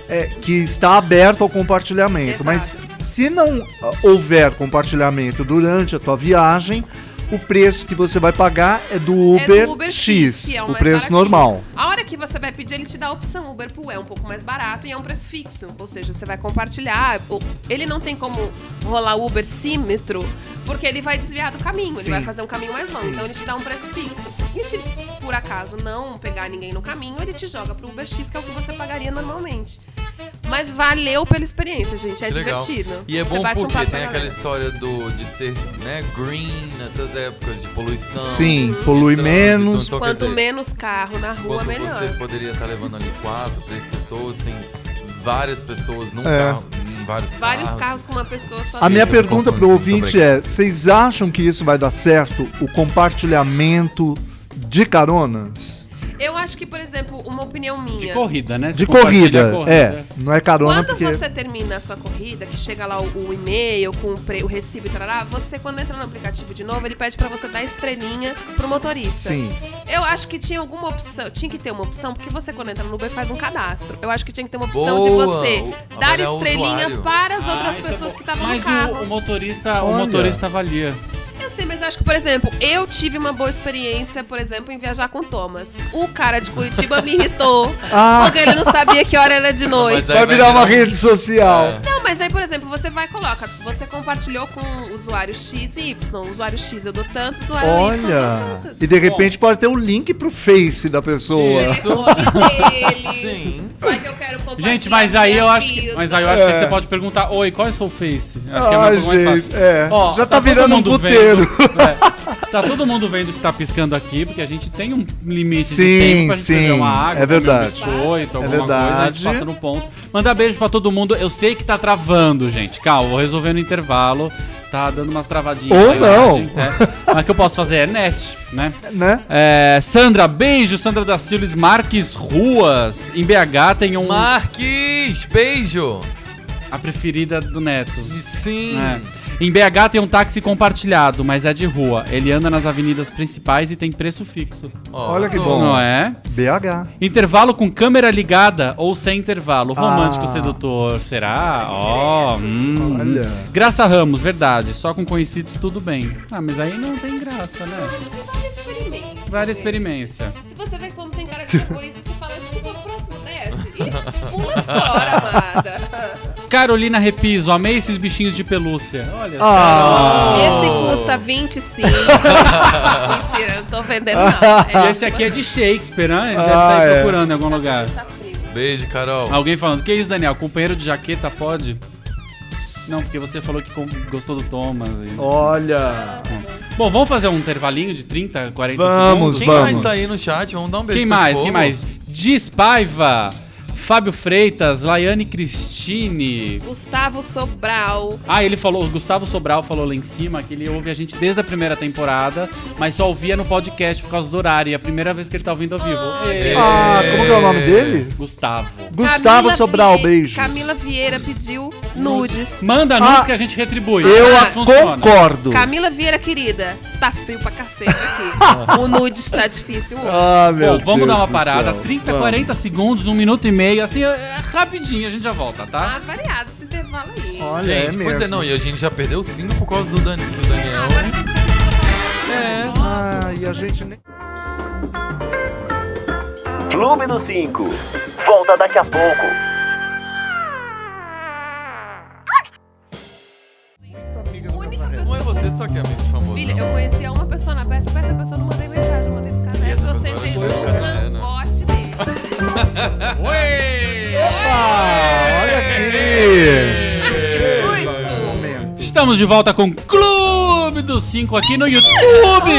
[SPEAKER 5] é, que está aberto ao compartilhamento, mas se não ah, houver compartilhamento durante a tua viagem, o preço que você vai pagar é do
[SPEAKER 4] É do
[SPEAKER 5] Uber,
[SPEAKER 4] Uber
[SPEAKER 5] X,
[SPEAKER 4] X, que é o
[SPEAKER 5] o
[SPEAKER 4] mais
[SPEAKER 5] preço
[SPEAKER 4] baratinho.
[SPEAKER 5] normal.
[SPEAKER 4] A hora que você vai pedir, ele te dá a opção. Uber Pool é um pouco mais barato e é um preço fixo. Ou seja, você vai compartilhar. ou- Ele não tem como rolar Uber símetro, porque ele vai desviar do caminho.
[SPEAKER 5] Sim.
[SPEAKER 4] Ele vai fazer um caminho mais longo. Então ele te dá um preço fixo. E se por acaso não pegar ninguém no caminho, ele te joga pro Uber X, que é o que você pagaria normalmente. Mas valeu pela experiência, gente. É
[SPEAKER 3] Que legal.
[SPEAKER 4] divertido.
[SPEAKER 3] E é
[SPEAKER 4] você
[SPEAKER 3] bom
[SPEAKER 4] bate um
[SPEAKER 3] porque
[SPEAKER 4] papo com a
[SPEAKER 3] tem aquela
[SPEAKER 4] galera.
[SPEAKER 3] história do, de ser né, green nessas épocas de poluição.
[SPEAKER 5] Sim, polui
[SPEAKER 3] trânsito,
[SPEAKER 5] menos.
[SPEAKER 3] então, quer
[SPEAKER 4] Quanto
[SPEAKER 3] dizer,
[SPEAKER 4] menos carro na rua,
[SPEAKER 3] Quando
[SPEAKER 4] melhor.
[SPEAKER 3] você poderia estar levando ali quatro, três pessoas, tem várias pessoas num
[SPEAKER 5] É.
[SPEAKER 3] carro, em vários,
[SPEAKER 4] Vários
[SPEAKER 3] carros.
[SPEAKER 4] carros com uma pessoa só.
[SPEAKER 5] A minha
[SPEAKER 3] Isso, eu me
[SPEAKER 5] pergunta
[SPEAKER 3] confundo,
[SPEAKER 5] pro
[SPEAKER 3] sim,
[SPEAKER 5] ouvinte é: vocês acham que isso vai dar certo, o compartilhamento de caronas?
[SPEAKER 4] Eu acho que, por exemplo, uma opinião
[SPEAKER 6] De
[SPEAKER 4] minha.
[SPEAKER 6] corrida, né?
[SPEAKER 5] De
[SPEAKER 6] Você compartilha a
[SPEAKER 5] corrida, é. Não é carona
[SPEAKER 4] Quando
[SPEAKER 5] porque.
[SPEAKER 4] você termina a sua corrida, que chega lá o, o e-mail com o, pre- o recibo e tarará, você quando entra no aplicativo de novo, ele pede pra você dar estrelinha pro motorista.
[SPEAKER 5] Sim.
[SPEAKER 4] Eu acho que tinha alguma opção, tinha que ter uma opção, porque você quando entra no Uber faz um cadastro. Eu acho que tinha que ter uma opção
[SPEAKER 3] Boa!
[SPEAKER 4] de você
[SPEAKER 3] O-
[SPEAKER 4] dar
[SPEAKER 3] avaliar o
[SPEAKER 4] estrelinha
[SPEAKER 3] usuário.
[SPEAKER 4] para as
[SPEAKER 6] Ah,
[SPEAKER 4] outras
[SPEAKER 6] isso é
[SPEAKER 4] pessoas
[SPEAKER 6] bom.
[SPEAKER 4] que estavam no
[SPEAKER 6] Mas o-
[SPEAKER 4] carro.
[SPEAKER 6] o, motorista, o
[SPEAKER 5] Olha.
[SPEAKER 6] motorista avalia.
[SPEAKER 4] Eu sei, mas eu acho que, por exemplo, eu tive uma boa experiência, por exemplo, em viajar com o Thomas. O cara de Curitiba me irritou,
[SPEAKER 5] Ah.
[SPEAKER 4] porque ele não sabia que hora era de noite.
[SPEAKER 3] Mas
[SPEAKER 5] Vai
[SPEAKER 3] aí
[SPEAKER 5] virar uma
[SPEAKER 3] virar-
[SPEAKER 5] rede
[SPEAKER 6] É.
[SPEAKER 5] social.
[SPEAKER 4] Não, mas aí, por exemplo, você vai e coloca, você compartilhou com o usuário X e Y. O usuário X eu dou tantos, o usuário Y eu dou
[SPEAKER 5] Olha!
[SPEAKER 4] tantos.
[SPEAKER 5] E de repente pode ter um link pro Face da pessoa.
[SPEAKER 3] Isso.
[SPEAKER 4] Telefone dele.
[SPEAKER 3] Sim.
[SPEAKER 4] Vai que eu quero compartilhar
[SPEAKER 6] Gente, mas aí
[SPEAKER 4] minha
[SPEAKER 6] eu acho que,
[SPEAKER 4] vida.
[SPEAKER 6] mas aí eu acho que
[SPEAKER 5] É.
[SPEAKER 6] você pode perguntar, oi, qual é o seu face? Acho que
[SPEAKER 5] Ah,
[SPEAKER 6] um pouco mais fácil.
[SPEAKER 5] gente, é.
[SPEAKER 6] Ó,
[SPEAKER 5] Já tá,
[SPEAKER 6] todo
[SPEAKER 5] virando um
[SPEAKER 6] mundo
[SPEAKER 5] puteiro.
[SPEAKER 6] vendo- é, tá todo mundo vendo que tá piscando aqui, porque a gente tem um limite
[SPEAKER 5] Sim,
[SPEAKER 6] de tempo pra gente
[SPEAKER 5] sim,
[SPEAKER 6] beber uma água,
[SPEAKER 5] é
[SPEAKER 6] comer um
[SPEAKER 5] verdade.
[SPEAKER 6] biscoito, alguma coisa, a
[SPEAKER 5] verdade.
[SPEAKER 6] gente passa no ponto. Mandar beijo pra todo mundo. Eu sei que tá travando, gente. Calma, vou resolver no intervalo. Tá dando umas travadinhas.
[SPEAKER 5] Ou
[SPEAKER 6] aí,
[SPEAKER 5] não.
[SPEAKER 6] né, gente, né? Mas o que eu posso fazer é net, né?
[SPEAKER 5] Né?
[SPEAKER 6] É, Sandra, beijo, Sandra da Silves Marques Ruas. Em BH tem um.
[SPEAKER 3] Marques, beijo!
[SPEAKER 6] A preferida do Neto.
[SPEAKER 3] E sim,
[SPEAKER 6] É. Em BH tem um táxi compartilhado, mas é de rua. Ele anda nas avenidas principais e tem preço fixo.
[SPEAKER 3] ó,
[SPEAKER 5] Olha que
[SPEAKER 3] só-
[SPEAKER 5] bom.
[SPEAKER 6] Não é?
[SPEAKER 5] BH.
[SPEAKER 6] Intervalo com câmera ligada ou sem intervalo. Romântico
[SPEAKER 5] Ah.
[SPEAKER 6] sedutor, será? Ó, hum.
[SPEAKER 5] Olha.
[SPEAKER 6] Graça Ramos, verdade. Só com conhecidos tudo bem. Ah, mas aí não tem graça, né?
[SPEAKER 4] Acho que vale a experiência.
[SPEAKER 6] Vale a
[SPEAKER 4] gente.
[SPEAKER 6] experiência.
[SPEAKER 4] Se você vê como tem cara de terrorista, você fala, desculpa, o próximo desce. E pula fora, amada.
[SPEAKER 6] Carolina Repiso, amei esses bichinhos de pelúcia. Olha.
[SPEAKER 5] Ah.
[SPEAKER 4] Esse custa 25. Mentira, eu não tô vendendo não.
[SPEAKER 6] E esse aqui é de Shakespeare, né? Ele deve
[SPEAKER 5] Ah,
[SPEAKER 6] estar aí
[SPEAKER 5] é.
[SPEAKER 6] procurando em algum lugar.
[SPEAKER 4] Tá frio.
[SPEAKER 3] Beijo, Carol.
[SPEAKER 6] Alguém falando, que isso, Daniel? Companheiro de jaqueta pode? Não, porque você falou que com- gostou do Thomas. e-
[SPEAKER 5] Oh. Olha.
[SPEAKER 6] Bom, vamos fazer um intervalinho de 30, 40
[SPEAKER 5] Vamos,
[SPEAKER 6] segundos?
[SPEAKER 3] Quem mais
[SPEAKER 5] vamos.
[SPEAKER 3] tá aí no chat? Vamos dar um beijo
[SPEAKER 6] Quem
[SPEAKER 3] pra
[SPEAKER 6] mais?
[SPEAKER 3] esse
[SPEAKER 6] Quem
[SPEAKER 3] povo.
[SPEAKER 6] mais? Diz Paiva, Fábio Freitas, Laiane Cristine.
[SPEAKER 4] Gustavo Sobral.
[SPEAKER 6] Ah, ele falou, o Gustavo Sobral falou lá em cima que ele ouve a gente desde a primeira temporada, mas só ouvia no podcast por causa do horário. E é a primeira vez que ele tá ouvindo ao vivo. Ei,
[SPEAKER 5] Ah, como que é o nome dele?
[SPEAKER 6] Gustavo.
[SPEAKER 5] Gustavo
[SPEAKER 4] Camila
[SPEAKER 5] Sobral,
[SPEAKER 4] Vie-
[SPEAKER 5] beijo.
[SPEAKER 4] Camila Vieira pediu nudes.
[SPEAKER 6] Manda anúncio
[SPEAKER 5] Ah,
[SPEAKER 6] que a gente retribui.
[SPEAKER 5] Eu
[SPEAKER 6] Ah,
[SPEAKER 5] a concordo.
[SPEAKER 4] Camila Vieira, querida, tá frio pra cacete aqui. o nude está difícil hoje.
[SPEAKER 5] Ah,
[SPEAKER 6] Bom, vamos
[SPEAKER 5] Deus
[SPEAKER 6] dar uma
[SPEAKER 5] do
[SPEAKER 6] parada,
[SPEAKER 5] céu.
[SPEAKER 6] 30,
[SPEAKER 5] Vamos.
[SPEAKER 6] 40 segundos, um minuto e meio, assim, é- é rapidinho, a gente já volta,
[SPEAKER 4] Tá
[SPEAKER 5] Ah,
[SPEAKER 6] tá?
[SPEAKER 4] variado esse intervalo aí.
[SPEAKER 5] Olha, é
[SPEAKER 3] Gente,
[SPEAKER 5] mesmo.
[SPEAKER 3] pois é, não, e a gente já perdeu cinco por causa do, Dan, que o
[SPEAKER 4] Ah,
[SPEAKER 3] Daniel. É.
[SPEAKER 5] Ah, e a gente nem...
[SPEAKER 2] Clube dos 5. Volta daqui a pouco.
[SPEAKER 4] A única pessoa
[SPEAKER 3] Não é você só que é amigo famoso.
[SPEAKER 5] tá
[SPEAKER 3] Um é
[SPEAKER 4] Filha, eu conhecia uma pessoa na peça, mas essa pessoa não mandei Um
[SPEAKER 5] tá. Ah, olha aqui!
[SPEAKER 4] Que susto!
[SPEAKER 6] Estamos de volta com Clube dos 5 aqui no YouTube!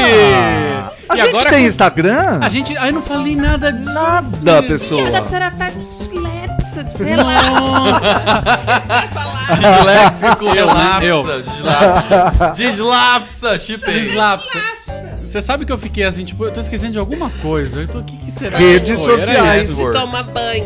[SPEAKER 5] A
[SPEAKER 6] E
[SPEAKER 5] gente
[SPEAKER 6] agora
[SPEAKER 5] tem
[SPEAKER 6] com-
[SPEAKER 5] Instagram?
[SPEAKER 6] A gente. Aí eu não falei nada disso.
[SPEAKER 5] Nada, pessoa.
[SPEAKER 4] Menina, a senhora tá dislepsa, sei lá. vai falar.
[SPEAKER 3] Disléxico,
[SPEAKER 6] eu.
[SPEAKER 3] relapsa, deslapsa. Deslapsa, chipei.
[SPEAKER 6] Dislapsa. Você sabe que eu fiquei assim, tipo, eu tô esquecendo de alguma coisa. Eu tô, o que, que será?
[SPEAKER 5] Redes
[SPEAKER 6] Pô, era
[SPEAKER 5] sociais.
[SPEAKER 6] isso.
[SPEAKER 4] Toma banho.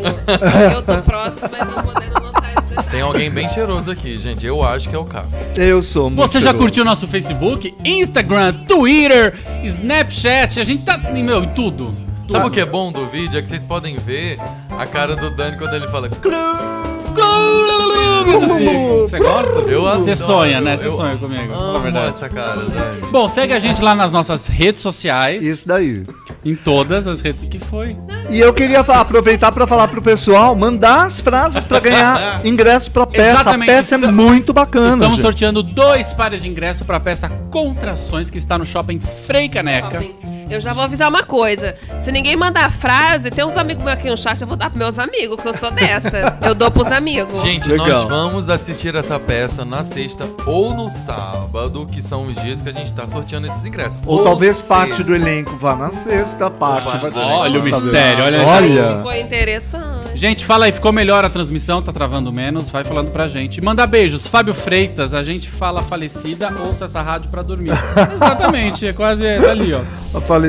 [SPEAKER 4] Eu tô próxima, eu tô podendo notar esse detalhe.
[SPEAKER 3] Tem alguém bem cheiroso aqui, gente. Eu acho que é o Caco.
[SPEAKER 5] Eu sou muito
[SPEAKER 6] Você já
[SPEAKER 5] cheiroso.
[SPEAKER 6] curtiu nosso Facebook, Instagram, Twitter, Snapchat? A gente tá, meu, em tudo.
[SPEAKER 3] Sabe o que é bom do vídeo? É que vocês podem ver a cara do Dani quando ele fala.
[SPEAKER 6] Clube dos Cinco. Você gosta?
[SPEAKER 3] Eu
[SPEAKER 6] Você
[SPEAKER 3] adoro,
[SPEAKER 6] sonha, né? Você
[SPEAKER 3] eu
[SPEAKER 6] sonha comigo.
[SPEAKER 3] Amo
[SPEAKER 6] na verdade.
[SPEAKER 3] essa cara, né? Dani.
[SPEAKER 6] Bom, segue a gente lá nas nossas redes sociais.
[SPEAKER 5] Isso daí.
[SPEAKER 6] Em todas as redes. que foi?
[SPEAKER 5] E eu queria fa- aproveitar para falar pro pessoal, mandar as frases para ganhar ingresso pra peça.
[SPEAKER 6] Exatamente.
[SPEAKER 5] A peça é
[SPEAKER 6] Estamos-
[SPEAKER 5] muito bacana,
[SPEAKER 6] Estamos
[SPEAKER 5] gente.
[SPEAKER 6] sorteando dois pares de ingresso para a peça Contrações, que está no shopping Frei Caneca.
[SPEAKER 4] Shopping. Eu já vou avisar uma coisa. Se ninguém mandar a frase, tem uns amigos meus aqui no chat, eu vou dar pros meus amigos, que eu sou dessas. Eu dou pros amigos.
[SPEAKER 3] Gente,
[SPEAKER 5] Legal.
[SPEAKER 3] nós vamos assistir essa peça na sexta ou no sábado, que são os dias que a gente tá sorteando esses ingressos.
[SPEAKER 5] Ou talvez
[SPEAKER 3] seja,
[SPEAKER 5] parte do elenco vá na sexta, parte
[SPEAKER 3] parte
[SPEAKER 5] vai...
[SPEAKER 3] do elenco.
[SPEAKER 6] Olha o
[SPEAKER 5] Sabe?
[SPEAKER 6] mistério, olha-
[SPEAKER 4] Aí
[SPEAKER 5] Olha,
[SPEAKER 4] Ficou interessante.
[SPEAKER 6] Gente, fala aí, ficou melhor a transmissão? Tá travando menos? Vai falando pra gente. Manda beijos, Fábio Freitas, a gente fala falecida, ouça essa rádio pra dormir. Exatamente, é quase tá ali, ó.
[SPEAKER 5] a falecida.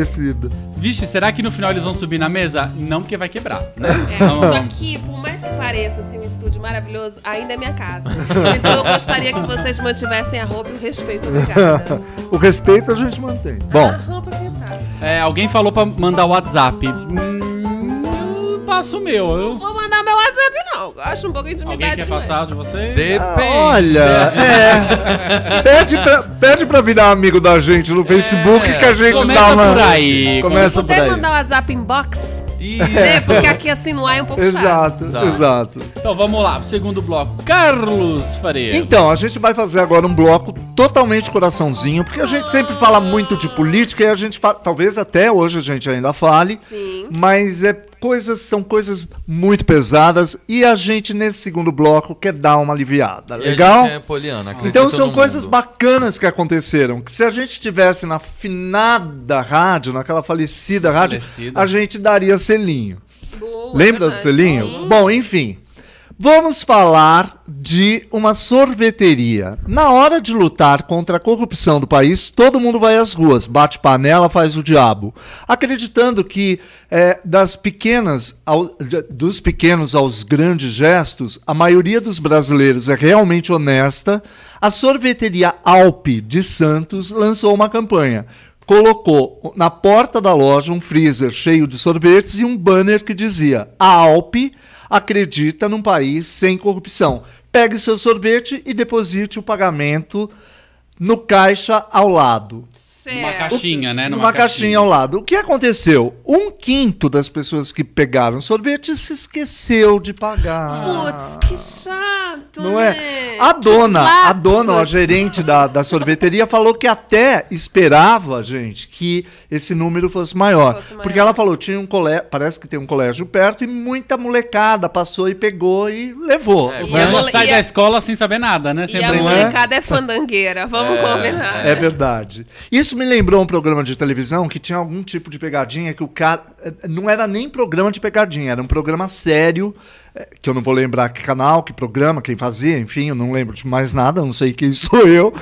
[SPEAKER 6] Vixe, será que no final eles vão subir na mesa? Não, porque vai quebrar. Né?
[SPEAKER 4] É,
[SPEAKER 6] Não,
[SPEAKER 4] só
[SPEAKER 6] não.
[SPEAKER 4] que, por mais que pareça assim, um estúdio maravilhoso, ainda é minha casa. Então eu gostaria que vocês mantivessem a roupa e o respeito. Obrigada.
[SPEAKER 5] O respeito a gente mantém. Bom,
[SPEAKER 4] A roupa, quem sabe?
[SPEAKER 6] É, alguém falou pra mandar o WhatsApp. Hum, eu passo o meu. Eu...
[SPEAKER 4] Vou mandar meu WhatsApp, não. Eu Acho um pouco de
[SPEAKER 6] Alguém
[SPEAKER 4] intimidade.
[SPEAKER 6] quer
[SPEAKER 4] demais.
[SPEAKER 6] passar de você?
[SPEAKER 5] ah,
[SPEAKER 3] Depende.
[SPEAKER 5] olha, é. Pede pra, pede pra virar amigo da gente no Facebook que a gente
[SPEAKER 6] Começa
[SPEAKER 5] dá uma...
[SPEAKER 6] por aí.
[SPEAKER 4] Se
[SPEAKER 5] Começa por
[SPEAKER 4] puder
[SPEAKER 5] aí. É.
[SPEAKER 4] mandar o WhatsApp inbox,
[SPEAKER 3] Isso.
[SPEAKER 4] né? Porque aqui assim no ar é um pouco chato.
[SPEAKER 5] Exato,
[SPEAKER 3] Tá.
[SPEAKER 5] exato.
[SPEAKER 6] Então vamos lá, pro segundo bloco. Carlos Faria.
[SPEAKER 5] Então, a gente vai fazer agora um bloco totalmente coraçãozinho, porque a gente sempre fala muito de política e a gente fala, talvez até hoje a gente ainda fale,
[SPEAKER 4] Sim.
[SPEAKER 5] mas é coisas são coisas muito pesadas e a gente nesse segundo bloco quer dar uma
[SPEAKER 3] E
[SPEAKER 5] aliviada,
[SPEAKER 3] a
[SPEAKER 5] legal?
[SPEAKER 3] gente É poliana, acredita
[SPEAKER 5] Então são
[SPEAKER 3] no
[SPEAKER 5] coisas
[SPEAKER 3] mundo.
[SPEAKER 5] bacanas que aconteceram, que se a gente estivesse na finada rádio, naquela falecida rádio,
[SPEAKER 6] Falecida.
[SPEAKER 5] a gente daria selinho.
[SPEAKER 4] Boa,
[SPEAKER 5] Lembra do
[SPEAKER 4] verdade.
[SPEAKER 5] selinho?
[SPEAKER 4] Sim.
[SPEAKER 5] Bom, enfim. Vamos falar de uma sorveteria. Na hora de lutar contra a corrupção do país, todo mundo vai às ruas, bate panela, faz o diabo, acreditando que eh, das pequenas ao- de- dos pequenos aos grandes gestos, a maioria dos brasileiros é realmente honesta. A sorveteria Alpe de Santos lançou uma campanha colocou na porta da loja um freezer cheio de sorvetes e um banner que dizia: A Alpe acredita num país sem corrupção. Pegue seu sorvete e deposite o pagamento no caixa ao lado.
[SPEAKER 6] Numa
[SPEAKER 4] Certo.
[SPEAKER 6] caixinha, né?
[SPEAKER 5] É Numa, caixinha. ao lado. O que aconteceu? Um quinto das pessoas que pegaram sorvete se esqueceu de pagar.
[SPEAKER 4] Putz, que chato,
[SPEAKER 5] Ah. Não
[SPEAKER 4] né?
[SPEAKER 5] é? A dona, a
[SPEAKER 4] Lapsos.
[SPEAKER 5] dona, a gerente da, da sorveteria falou que até esperava, gente, que esse número fosse maior.
[SPEAKER 4] Fosse maior.
[SPEAKER 5] Porque ela falou, tinha um colégio, parece que tem um colégio perto e muita molecada passou e pegou e levou.
[SPEAKER 3] É,
[SPEAKER 5] né?
[SPEAKER 4] E a mole-
[SPEAKER 6] Ela sai
[SPEAKER 4] e a-
[SPEAKER 6] da escola sem saber nada, né?
[SPEAKER 4] E a
[SPEAKER 6] Sempre né?
[SPEAKER 4] molecada é fandangueira, vamos combinar.
[SPEAKER 5] É verdade. Isso me lembrou um programa de televisão que tinha algum tipo de pegadinha que o cara. eh, Não era nem programa de pegadinha, era um programa sério, eh, que eu não vou lembrar que canal, que programa, quem fazia, enfim, eu não lembro de mais nada, não sei quem sou eu.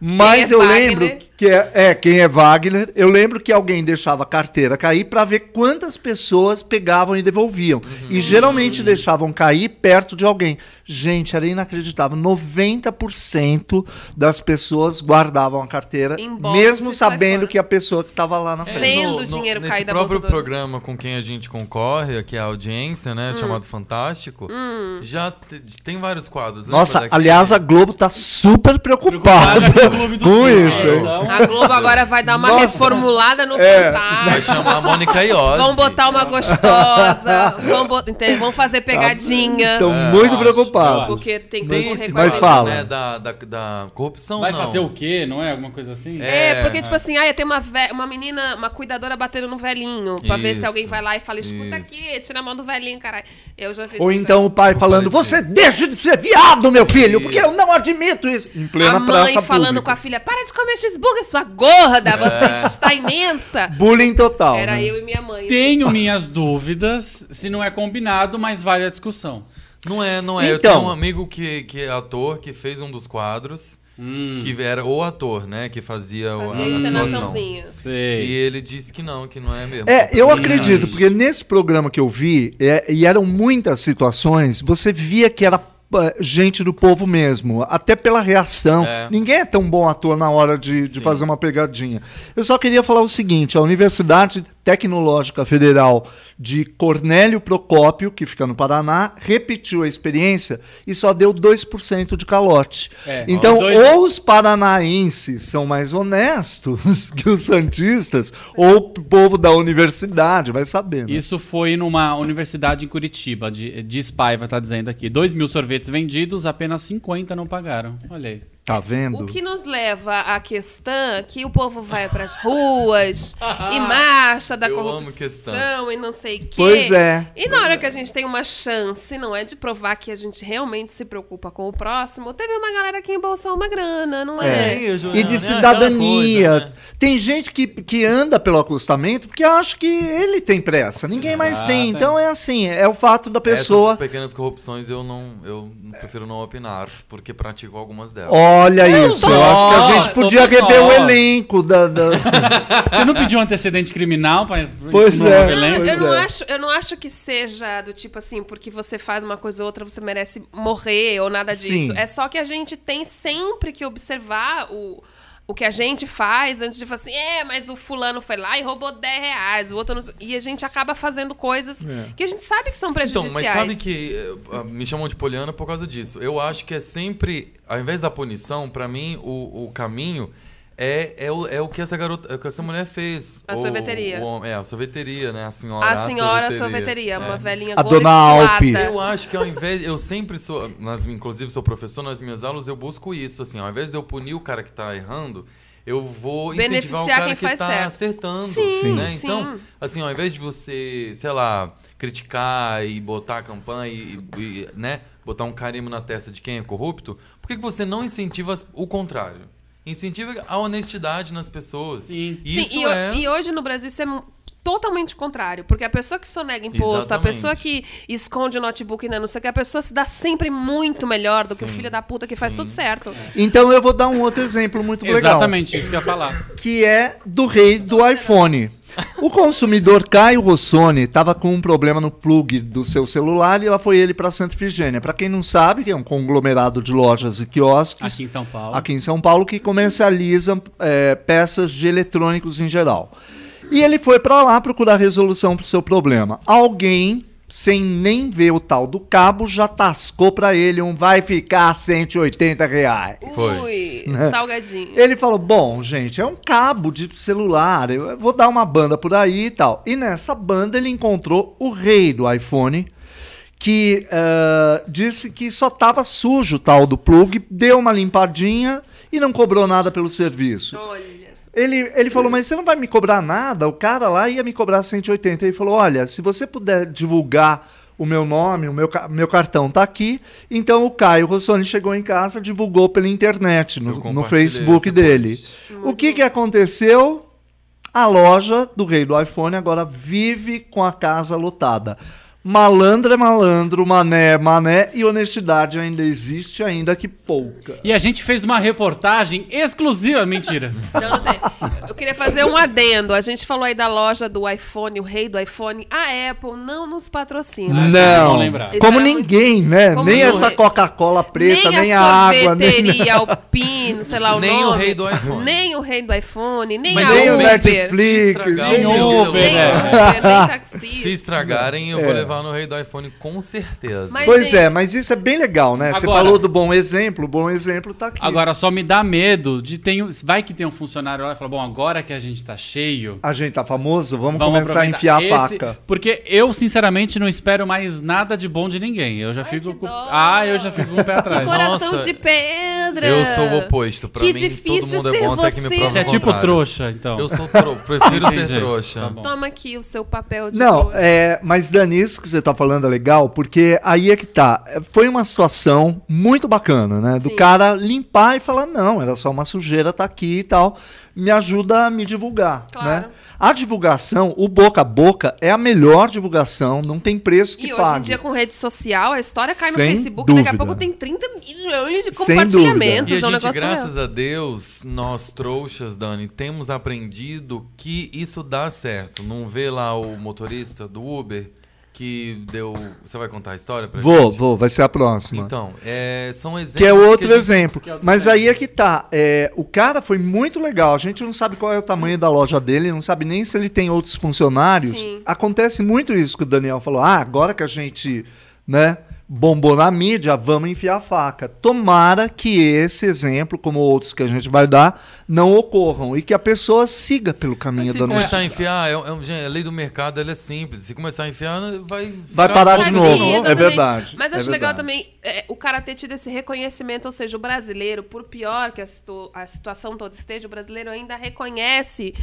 [SPEAKER 5] Mas
[SPEAKER 4] Quem é
[SPEAKER 5] eu
[SPEAKER 4] Wagner?
[SPEAKER 5] lembro que é, é, quem é Wagner, eu lembro que alguém deixava a carteira cair para ver quantas pessoas pegavam e devolviam. E geralmente deixavam cair perto de alguém. Gente, era inacreditável. 90% das pessoas guardavam a carteira,
[SPEAKER 4] Em bolsa
[SPEAKER 5] mesmo
[SPEAKER 4] e sai
[SPEAKER 5] sabendo
[SPEAKER 4] fora.
[SPEAKER 5] que a pessoa que estava lá na
[SPEAKER 3] É,
[SPEAKER 5] frente.
[SPEAKER 4] Vendo o dinheiro
[SPEAKER 3] nesse
[SPEAKER 4] cair da bolsa
[SPEAKER 3] próprio
[SPEAKER 4] do- Hum.
[SPEAKER 3] programa com quem a gente concorre, que é a audiência, né? Chamado Fantástico. Já te- tem vários quadros. né, lembra
[SPEAKER 5] Nossa,
[SPEAKER 3] daquele?
[SPEAKER 5] aliás, a Globo tá super preocupada
[SPEAKER 6] Preocupada com o Clube do
[SPEAKER 5] com
[SPEAKER 6] Cinco,
[SPEAKER 5] isso,
[SPEAKER 6] né?
[SPEAKER 5] hein?
[SPEAKER 6] Então-
[SPEAKER 3] Ah,
[SPEAKER 4] A Globo agora vai dar uma
[SPEAKER 5] Nossa. É.
[SPEAKER 4] reformulada no
[SPEAKER 3] Vai
[SPEAKER 4] Fantástico.
[SPEAKER 3] chamar a Mônica Iose.
[SPEAKER 4] Vão botar uma gostosa, vão, bot- entende? vão fazer pegadinha.
[SPEAKER 5] Estão Tá muito
[SPEAKER 6] acho, eu
[SPEAKER 5] preocupados.
[SPEAKER 4] Porque tem que um
[SPEAKER 3] Tem
[SPEAKER 4] correr
[SPEAKER 3] esse
[SPEAKER 4] com a
[SPEAKER 5] Mas
[SPEAKER 3] quadro,
[SPEAKER 4] lei.
[SPEAKER 5] fala.
[SPEAKER 3] né, da, da, da corrupção,
[SPEAKER 6] Vai
[SPEAKER 3] não.
[SPEAKER 6] fazer o quê? Não é? Alguma coisa assim?
[SPEAKER 3] É.
[SPEAKER 4] É, porque, tipo assim, ah, tem uma, ve- uma menina, uma cuidadora batendo no velhinho, pra ver se
[SPEAKER 3] Isso.
[SPEAKER 4] alguém vai lá e fala, escuta
[SPEAKER 3] Isso.
[SPEAKER 4] aqui, tira a mão do velhinho, caralho. Eu já fiz
[SPEAKER 5] Ou
[SPEAKER 4] isso
[SPEAKER 5] então o pai falando,
[SPEAKER 3] Parece-
[SPEAKER 5] você deixa de ser viado, meu filho, porque eu não admito isso. Em plena
[SPEAKER 4] a mãe
[SPEAKER 5] praça
[SPEAKER 4] falando
[SPEAKER 5] pública.
[SPEAKER 4] com a filha, para de comer cheeseburger, sua
[SPEAKER 3] É.
[SPEAKER 4] gorda, você está imensa.
[SPEAKER 5] Bullying total.
[SPEAKER 4] Era
[SPEAKER 5] né?
[SPEAKER 4] eu e minha mãe.
[SPEAKER 6] Tenho minhas dúvidas se não é combinado, mas vale a discussão.
[SPEAKER 3] Não é, não é.
[SPEAKER 5] Então.
[SPEAKER 3] Eu tenho um amigo que, que é ator, que fez um dos quadros,
[SPEAKER 6] Hum.
[SPEAKER 3] que era o ator, né, que fazia, o-
[SPEAKER 4] Fazia
[SPEAKER 3] a, a situação.
[SPEAKER 4] encenaçãozinha.
[SPEAKER 3] E
[SPEAKER 6] Sei.
[SPEAKER 3] ele disse que não, que não é mesmo.
[SPEAKER 5] É, eu
[SPEAKER 3] Sim.
[SPEAKER 5] acredito, porque nesse programa que eu vi, é, e eram muitas situações, você via que era pá, gente do povo mesmo, até pela reação.
[SPEAKER 3] É.
[SPEAKER 5] Ninguém é tão bom ator na hora de, de
[SPEAKER 3] Sim.
[SPEAKER 5] fazer uma pegadinha. Eu só queria falar o seguinte, a Universidade Tecnológica Federal de Cornélio Procópio, que fica no Paraná, repetiu a experiência e só deu 2% de calote.
[SPEAKER 6] É,
[SPEAKER 5] então,
[SPEAKER 6] dois-
[SPEAKER 5] ou os paranaenses são mais honestos que os santistas, ou o povo da universidade, vai saber. né?
[SPEAKER 6] Isso foi numa universidade em Curitiba, de, de Spaiva, tá dizendo aqui. 2 mil sorvetes vendidos, apenas 50 não pagaram. Olha aí.
[SPEAKER 5] Tá vendo?
[SPEAKER 4] O que nos leva à questão é que o povo vai pras ruas e marcha da
[SPEAKER 3] Eu amo
[SPEAKER 4] corrupção
[SPEAKER 3] questão.
[SPEAKER 4] e não sei o quê.
[SPEAKER 5] Pois é.
[SPEAKER 4] E na hora que a gente tem uma chance, não é de provar que a gente realmente se preocupa com o próximo, teve uma galera que embolsou uma grana, não é?
[SPEAKER 3] É, Juliana,
[SPEAKER 5] E de
[SPEAKER 3] é
[SPEAKER 5] cidadania.
[SPEAKER 3] aquela coisa, né?
[SPEAKER 5] Tem gente que, que anda pelo acostamento porque acha que ele tem pressa. Ninguém mais tem. Então é assim, é o fato da pessoa.
[SPEAKER 3] Essas pequenas corrupções eu não, eu prefiro não opinar, porque pratico algumas delas.
[SPEAKER 5] Olha
[SPEAKER 4] Não,
[SPEAKER 5] isso, eu acho que a
[SPEAKER 6] nós,
[SPEAKER 5] gente podia
[SPEAKER 6] somos
[SPEAKER 5] rever o
[SPEAKER 6] nós.
[SPEAKER 5] elenco da. da-
[SPEAKER 6] Você não pediu um antecedente criminal pra.
[SPEAKER 5] Pois
[SPEAKER 6] pro
[SPEAKER 5] é.
[SPEAKER 4] Não,
[SPEAKER 6] elenco?
[SPEAKER 5] Pois
[SPEAKER 4] eu, não
[SPEAKER 5] é.
[SPEAKER 4] acho, eu não acho que seja do tipo assim, porque você faz uma coisa ou outra, você merece morrer ou nada disso.
[SPEAKER 5] Sim.
[SPEAKER 4] É só que a gente tem sempre que observar o, o que a gente faz antes de falar assim, é, mas o fulano foi lá e roubou 10 reais, o outro não... sei-" E a gente acaba fazendo coisas
[SPEAKER 5] É.
[SPEAKER 4] que a gente sabe que são
[SPEAKER 3] Então,
[SPEAKER 4] prejudiciais.
[SPEAKER 3] mas sabe que eh, ah, me chamam de poliana por causa disso. Eu acho que é sempre, ao invés da punição, pra mim o, o caminho é, é, o, é o que essa garota, é o que essa mulher fez.
[SPEAKER 4] A
[SPEAKER 3] Ou-
[SPEAKER 4] sorveteria.
[SPEAKER 3] o homem- é, a sorveteria, né? A senhora.
[SPEAKER 4] A senhora sorveteria,
[SPEAKER 3] É.
[SPEAKER 4] uma velhinha
[SPEAKER 5] A
[SPEAKER 4] gorda e
[SPEAKER 5] dona Alpe.
[SPEAKER 4] suada.
[SPEAKER 3] Eu acho que ao invés. Eu sempre sou. Nas, inclusive, sou professor, nas minhas aulas eu busco isso. Assim, ao invés de eu punir o cara que tá errando, eu vou incentivar o
[SPEAKER 4] Beneficiar
[SPEAKER 3] cara
[SPEAKER 4] quem
[SPEAKER 3] que
[SPEAKER 4] faz
[SPEAKER 3] tá
[SPEAKER 4] certo.
[SPEAKER 3] acertando.
[SPEAKER 4] Sim,
[SPEAKER 3] né?
[SPEAKER 4] sim.
[SPEAKER 3] Então, assim, ao invés de você, sei lá, criticar e botar a campanha e, e, né, botar um carimbo na testa de quem é corrupto, por que, que você não incentiva as- o contrário? Incentiva a honestidade nas pessoas.
[SPEAKER 6] Sim.
[SPEAKER 3] Isso
[SPEAKER 4] Sim, e, ho-
[SPEAKER 3] é.
[SPEAKER 4] e hoje no Brasil isso é mu- totalmente o contrário. Porque a pessoa que sonega imposto, a
[SPEAKER 3] Exatamente.
[SPEAKER 4] pessoa que esconde o notebook na não sei o que, a pessoa se dá sempre muito melhor do que o
[SPEAKER 3] Sim,
[SPEAKER 4] filho da puta que faz tudo certo.
[SPEAKER 5] Então eu vou dar um outro exemplo muito legal.
[SPEAKER 6] Exatamente isso que eu ia falar.
[SPEAKER 5] que é do rei do iPhone. O consumidor Caio Rossoni estava com um problema no plug do seu celular e lá foi ele para Santa Efigênia. Para quem não sabe, que é um conglomerado de lojas e quiosques
[SPEAKER 6] Aqui em São Paulo.
[SPEAKER 5] aqui em São Paulo que comercializa é, peças de eletrônicos em geral. E ele foi para lá procurar resolução para o seu problema. Alguém, sem nem ver o tal do cabo, já tascou para ele um vai ficar 180 reais.
[SPEAKER 4] Ui,
[SPEAKER 3] Né?
[SPEAKER 4] salgadinho.
[SPEAKER 5] Ele falou: Bom, gente, é um cabo de celular, eu vou dar uma banda por aí e tal. E nessa banda ele encontrou o rei do iPhone, que eh, disse que só tava sujo o tal do plug, deu uma limpadinha e não cobrou nada pelo serviço.
[SPEAKER 4] Olha. só.
[SPEAKER 5] Ele, ele falou, mas você não vai me cobrar nada? O cara lá ia me cobrar 180. Ele falou, olha, se você puder divulgar o meu nome, o meu, ca- meu cartão tá aqui. Então o Caio Rossoni chegou em casa, divulgou pela internet,
[SPEAKER 3] Eu
[SPEAKER 5] no, no
[SPEAKER 3] compartilhei
[SPEAKER 5] Facebook
[SPEAKER 3] essa
[SPEAKER 5] dele.
[SPEAKER 3] parte.
[SPEAKER 5] O que, que aconteceu? A loja do rei do iPhone agora vive com a casa lotada. Malandro é malandro, mané é mané, e honestidade ainda existe, ainda que pouca.
[SPEAKER 6] E a gente fez uma reportagem exclusiva. Mentira.
[SPEAKER 4] Não, não tem. Eu queria fazer um adendo. A gente falou aí da loja do iPhone, o rei do iPhone. A Apple não nos patrocina.
[SPEAKER 6] Não.
[SPEAKER 5] Não,
[SPEAKER 6] lembrar.
[SPEAKER 4] Isso
[SPEAKER 5] como
[SPEAKER 4] era
[SPEAKER 5] ninguém, né?
[SPEAKER 4] Como
[SPEAKER 5] nem
[SPEAKER 4] não-
[SPEAKER 5] essa Coca-Cola preta, nem,
[SPEAKER 4] nem
[SPEAKER 5] a, água, nem
[SPEAKER 4] sorveteria Alpino, sei lá o
[SPEAKER 3] Nem o
[SPEAKER 4] nome.
[SPEAKER 3] rei do iPhone.
[SPEAKER 4] Nem o rei do iPhone, nem
[SPEAKER 3] Mas
[SPEAKER 4] a
[SPEAKER 5] nem o
[SPEAKER 4] Uber.
[SPEAKER 5] Netflix,
[SPEAKER 3] Se estragar
[SPEAKER 5] nem
[SPEAKER 3] o meu
[SPEAKER 6] Uber,
[SPEAKER 4] Nem
[SPEAKER 3] celular.
[SPEAKER 6] né?
[SPEAKER 4] Uber, nem
[SPEAKER 5] É.
[SPEAKER 4] um taxista.
[SPEAKER 3] Se estragarem, eu vou levar lá no rei do iPhone, com certeza.
[SPEAKER 4] Mas,
[SPEAKER 5] Pois é,
[SPEAKER 4] gente,
[SPEAKER 5] mas isso é bem legal, né? Você
[SPEAKER 6] Agora-
[SPEAKER 5] falou do bom exemplo, o bom exemplo tá aqui.
[SPEAKER 6] Agora, só me dá medo de ter. um- Vai que tem um funcionário lá e fala: bom, agora que a gente tá cheio.
[SPEAKER 5] A gente tá famoso, vamos,
[SPEAKER 6] Vamos
[SPEAKER 5] começar a
[SPEAKER 6] aproveitar
[SPEAKER 5] enfiar a
[SPEAKER 6] esse-
[SPEAKER 5] faca.
[SPEAKER 6] Porque eu, sinceramente, não espero mais nada de bom de ninguém. Eu já fico.
[SPEAKER 4] que
[SPEAKER 6] com-
[SPEAKER 4] dó.
[SPEAKER 6] Ah, eu já fico com o pé atrás.
[SPEAKER 4] Coração
[SPEAKER 3] Nossa,
[SPEAKER 4] de pedra.
[SPEAKER 3] Eu sou o oposto. Pra
[SPEAKER 4] Que
[SPEAKER 3] mim, todo
[SPEAKER 4] difícil
[SPEAKER 3] mundo é
[SPEAKER 4] ser
[SPEAKER 3] bom até que me
[SPEAKER 4] você.
[SPEAKER 3] prova o
[SPEAKER 6] Você é tipo
[SPEAKER 3] contrário.
[SPEAKER 6] trouxa, então.
[SPEAKER 3] Eu sou trouxa. Prefiro ser
[SPEAKER 6] Entendi.
[SPEAKER 3] trouxa.
[SPEAKER 6] Tá bom.
[SPEAKER 4] Toma aqui o seu papel de
[SPEAKER 5] Não,
[SPEAKER 4] trouxa.
[SPEAKER 5] é, mas Dani, isso que você tá falando é legal, porque aí é que tá. É, Foi uma situação muito bacana, né? Do
[SPEAKER 4] Sim.
[SPEAKER 5] cara limpar e falar, não, era só uma sujeira, tá aqui e tal. Me ajuda a me divulgar,
[SPEAKER 4] Claro.
[SPEAKER 5] né? A divulgação, o boca a boca, é a melhor divulgação, não tem preço que
[SPEAKER 4] E hoje em
[SPEAKER 5] pague.
[SPEAKER 4] dia, é com rede social, a história cai no
[SPEAKER 5] Sem
[SPEAKER 4] Facebook, daqui a
[SPEAKER 5] dúvida.
[SPEAKER 4] pouco tem 30 milhões de
[SPEAKER 5] Sem dúvida.
[SPEAKER 3] E a
[SPEAKER 4] compartilhamentos. É um
[SPEAKER 3] gente,
[SPEAKER 4] negócio
[SPEAKER 3] graças a Deus, nós trouxas, Dani, temos aprendido que isso dá certo. Não vê lá o motorista do Uber que deu. Você vai contar a história pra
[SPEAKER 5] Vou,
[SPEAKER 3] gente?
[SPEAKER 5] vou, vai ser a próxima.
[SPEAKER 3] Então, é, são exemplos.
[SPEAKER 5] Que é
[SPEAKER 3] a
[SPEAKER 5] outro
[SPEAKER 3] gente-
[SPEAKER 5] exemplo. Mas aí é que tá. é, o cara foi muito legal. A gente não sabe qual é o tamanho da loja dele, não sabe nem se ele tem outros funcionários.
[SPEAKER 4] Sim.
[SPEAKER 5] Acontece muito isso que o Daniel falou. Ah, agora que a gente, né, bombou na mídia, vamos enfiar a faca. Tomara que esse exemplo, como outros que a gente vai dar, não ocorram e que a pessoa siga pelo
[SPEAKER 3] Mas
[SPEAKER 5] caminho
[SPEAKER 3] se
[SPEAKER 5] da
[SPEAKER 3] começar
[SPEAKER 5] honestidade.
[SPEAKER 3] a enfiar, é, é um- gente, a lei do mercado ela é simples. Se começar a enfiar, vai. ficar
[SPEAKER 5] Vai parar
[SPEAKER 3] só
[SPEAKER 5] de
[SPEAKER 4] Sim,
[SPEAKER 5] novo, é
[SPEAKER 4] exatamente.
[SPEAKER 5] verdade,
[SPEAKER 4] Mas
[SPEAKER 5] é
[SPEAKER 4] acho legal
[SPEAKER 5] verdade.
[SPEAKER 4] também é, o cara ter tido esse reconhecimento, ou seja, o brasileiro, por pior que a, situ- a situação toda esteja, o brasileiro ainda reconhece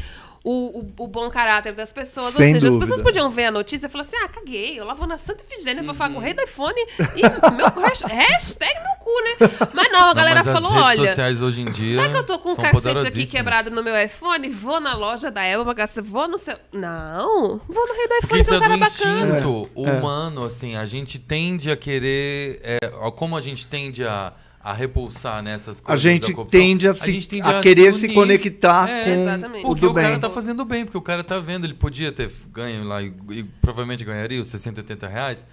[SPEAKER 4] o, o- o bom caráter das pessoas.
[SPEAKER 5] Sem
[SPEAKER 4] ou seja,
[SPEAKER 5] dúvida.
[SPEAKER 4] as pessoas podiam ver a notícia e falar assim: ah, caguei, eu lá vou na Santa Efigênia pra falar com o rei do iPhone e meu hash- hashtag meu cu, né? Mas não, a
[SPEAKER 3] Não,
[SPEAKER 4] galera
[SPEAKER 3] mas
[SPEAKER 4] falou:
[SPEAKER 3] as redes
[SPEAKER 4] olha.
[SPEAKER 3] sociais hoje em dia.
[SPEAKER 4] Já que eu tô com o
[SPEAKER 3] são
[SPEAKER 4] cacete aqui
[SPEAKER 3] poderosíssimas.
[SPEAKER 4] quebrado no meu iPhone, vou na loja da Elba, cacete, vou no seu. Não, vou no rei do
[SPEAKER 3] Porque
[SPEAKER 4] iPhone, que
[SPEAKER 3] isso
[SPEAKER 4] é um
[SPEAKER 3] é do
[SPEAKER 4] cara bacana.
[SPEAKER 3] instinto
[SPEAKER 5] É,
[SPEAKER 3] humano, assim, a gente tende a querer. é, ó, como a gente tende a, a repulsar nessas
[SPEAKER 5] A
[SPEAKER 3] coisas. da
[SPEAKER 5] gente
[SPEAKER 3] corrupção,
[SPEAKER 5] tende a, se,
[SPEAKER 3] gente tende
[SPEAKER 5] a, querer se
[SPEAKER 3] unir.
[SPEAKER 5] conectar
[SPEAKER 3] É,
[SPEAKER 4] exatamente.
[SPEAKER 5] com o
[SPEAKER 3] Porque
[SPEAKER 5] do
[SPEAKER 3] o cara
[SPEAKER 5] bem.
[SPEAKER 3] tá fazendo bem, porque o cara tá vendo, ele podia ter ganho lá e, e provavelmente ganharia os 60, 80 reais.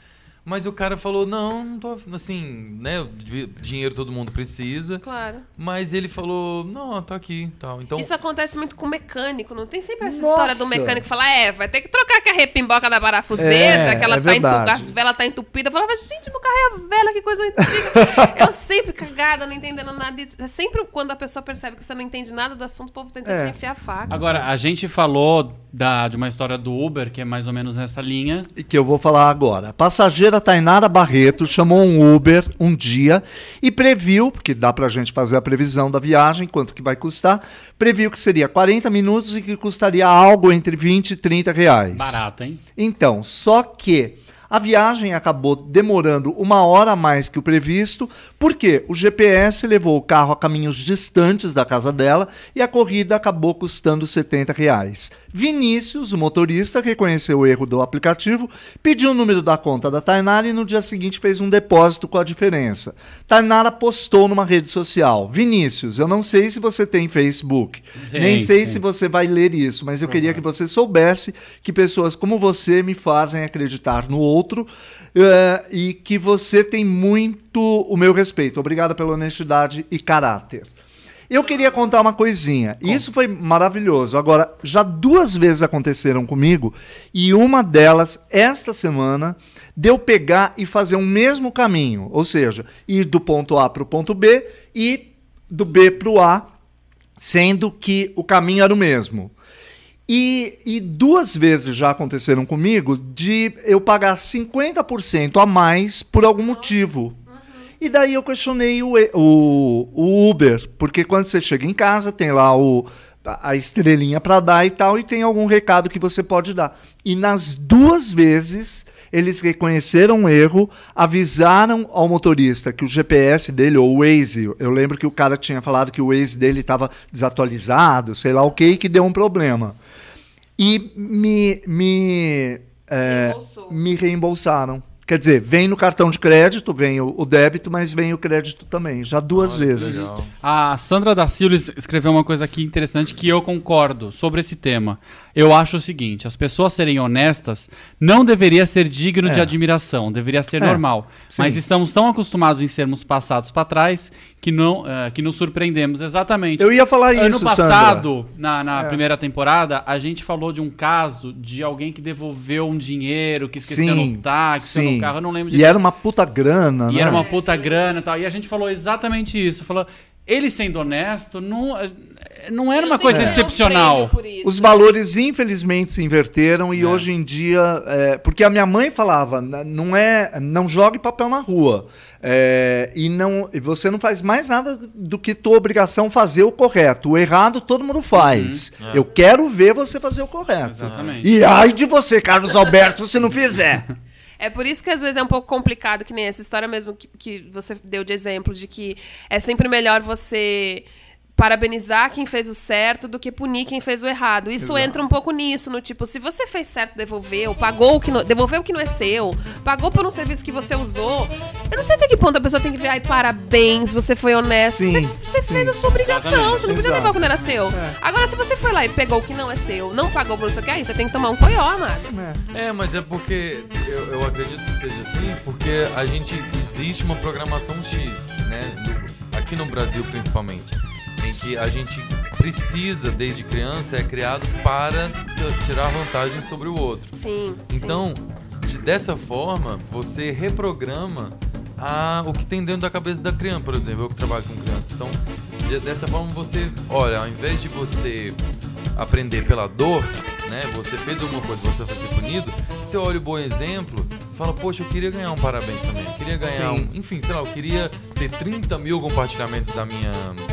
[SPEAKER 3] Mas o cara falou, não, não tô af- assim, né? di- Dinheiro todo mundo precisa.
[SPEAKER 4] Claro.
[SPEAKER 3] Mas ele falou, não, tá aqui tal. Então,
[SPEAKER 4] Isso acontece muito com mecânico, não tem sempre essa
[SPEAKER 5] Nossa!
[SPEAKER 4] história do mecânico falar, é, vai ter que trocar que a repimboca da parafuseira,
[SPEAKER 5] É,
[SPEAKER 4] que ela
[SPEAKER 5] é
[SPEAKER 4] tá entu...
[SPEAKER 5] verdade.
[SPEAKER 4] as velas tá entupida. Eu falava, gente, meu carro é a vela, que coisa antiga. eu sempre cagada, não entendendo nada. E É sempre quando a pessoa percebe que você não entende nada do assunto, o povo tenta
[SPEAKER 5] É.
[SPEAKER 4] te enfiar a faca.
[SPEAKER 6] Agora, a gente falou da, de uma história do Uber, que é mais ou menos nessa linha.
[SPEAKER 5] e que eu vou falar agora. A passageira Tainara Barreto chamou um Uber um dia e previu, porque dá pra gente fazer a previsão da viagem, quanto que vai custar, previu que seria 40 minutos e que custaria algo entre 20 e 30 reais.
[SPEAKER 6] Barata, hein?
[SPEAKER 5] Então, só que a viagem acabou demorando uma hora a mais que o previsto, porque o GPS levou o carro a caminhos distantes da casa dela e a corrida acabou custando R$ 70 reais. Vinícius, o motorista, reconheceu o erro do aplicativo, pediu o número da conta da Tainara e no dia seguinte fez um depósito com a diferença. Tainara postou numa rede social: Vinícius, eu não sei se você tem Facebook,
[SPEAKER 6] Sim,
[SPEAKER 5] nem sei
[SPEAKER 6] sim.
[SPEAKER 5] se você vai ler isso, mas eu queria que você soubesse que pessoas como você me fazem acreditar no outro eh, e que você tem muito o meu respeito. Obrigado pela honestidade e caráter. Eu queria contar uma coisinha. Isso foi maravilhoso. Agora, já duas vezes aconteceram comigo e uma delas, esta semana, deu pegar e fazer o mesmo caminho. Ou seja, ir do ponto A para o ponto B e do B para o A sendo que o caminho era o mesmo. E, e duas vezes já aconteceram comigo de eu pagar 50% a mais por algum motivo. E daí eu questionei o, E- o- o Uber, porque quando você chega em casa tem lá o, a a estrelinha para dar e tal, e tem algum recado que você pode dar. E nas duas vezes eles reconheceram o erro, avisaram ao motorista que o GPS dele, ou o Waze, eu lembro que o cara tinha falado que o Waze dele estava desatualizado, sei lá o que, que deu um problema. E me, me, é,
[SPEAKER 4] Reembolsou.
[SPEAKER 5] me reembolsaram. Quer dizer, vem no cartão de crédito, vem o, o débito, mas vem o crédito também, já duas
[SPEAKER 3] olha que
[SPEAKER 5] vezes.
[SPEAKER 3] legal.
[SPEAKER 6] A Sandra da Silva escreveu uma coisa aqui interessante que eu concordo sobre esse tema. Eu acho o seguinte: as pessoas serem honestas não deveria ser digno de admiração, deveria ser
[SPEAKER 5] É,
[SPEAKER 6] normal.
[SPEAKER 5] sim.
[SPEAKER 6] Mas estamos tão acostumados em sermos passados para trás que não eh, que nos surpreendemos exatamente.
[SPEAKER 5] Eu ia falar
[SPEAKER 6] ano
[SPEAKER 5] isso, Sandra. É.
[SPEAKER 6] passado, na, na primeira temporada, a gente falou de um caso de alguém que devolveu um dinheiro, Ah, que esqueceu
[SPEAKER 5] Sim,
[SPEAKER 6] no táxi,
[SPEAKER 5] sim.
[SPEAKER 6] no carro, eu não lembro
[SPEAKER 5] E era uma puta grana,
[SPEAKER 6] e
[SPEAKER 5] né?
[SPEAKER 6] era uma puta grana e tal. E a gente falou exatamente isso. Falou, ele sendo honesto, não, não era uma coisa excepcional.
[SPEAKER 5] Os valores, infelizmente, se inverteram e hoje em dia. é, porque a minha mãe falava, "N- não é. Não jogue papel na rua. É, e não, e você não faz mais nada do que tua obrigação fazer o correto. O errado todo mundo faz. Eu quero ver você fazer o correto.
[SPEAKER 6] Exatamente.
[SPEAKER 5] E ai de você, Carlos Alberto, se não fizer.
[SPEAKER 4] É por isso que às vezes é um pouco complicado, que nem essa história mesmo que, que você deu de exemplo, de que é sempre melhor você parabenizar quem fez o certo do que punir quem fez o errado. Isso entra um pouco nisso, no tipo, se você fez certo, devolveu, pagou o que não, devolveu o que não é seu, pagou por um serviço que você usou. Eu não sei até que ponto a pessoa tem que ver, ai, parabéns, você foi honesto.
[SPEAKER 5] Sim,
[SPEAKER 4] você você fez a sua obrigação, você não podia
[SPEAKER 5] exato. É.
[SPEAKER 4] levar o que não era seu. Agora, se você foi lá e pegou o que não é seu, não pagou por não sei o que, aí você tem que tomar um coió, amada.
[SPEAKER 3] É, mas é porque eu, eu acredito que seja assim, porque a gente existe uma programação X, né? do- aqui no Brasil principalmente, em que a gente precisa desde criança é criado para t- tirar vantagem sobre o outro.
[SPEAKER 4] Sim. sim.
[SPEAKER 3] Então, de- dessa forma, você reprograma a- o que tem dentro da cabeça da criança, por exemplo, eu que trabalho com crianças. Então, de- dessa forma, você, olha, ao invés de você aprender pela dor, né, você fez alguma coisa, você vai ser punido, você olha o bom exemplo e fala, poxa, eu queria ganhar um parabéns também, eu queria ganhar
[SPEAKER 5] Sim.
[SPEAKER 3] um, enfim, sei lá, eu queria ter 30 mil compartilhamentos da minha...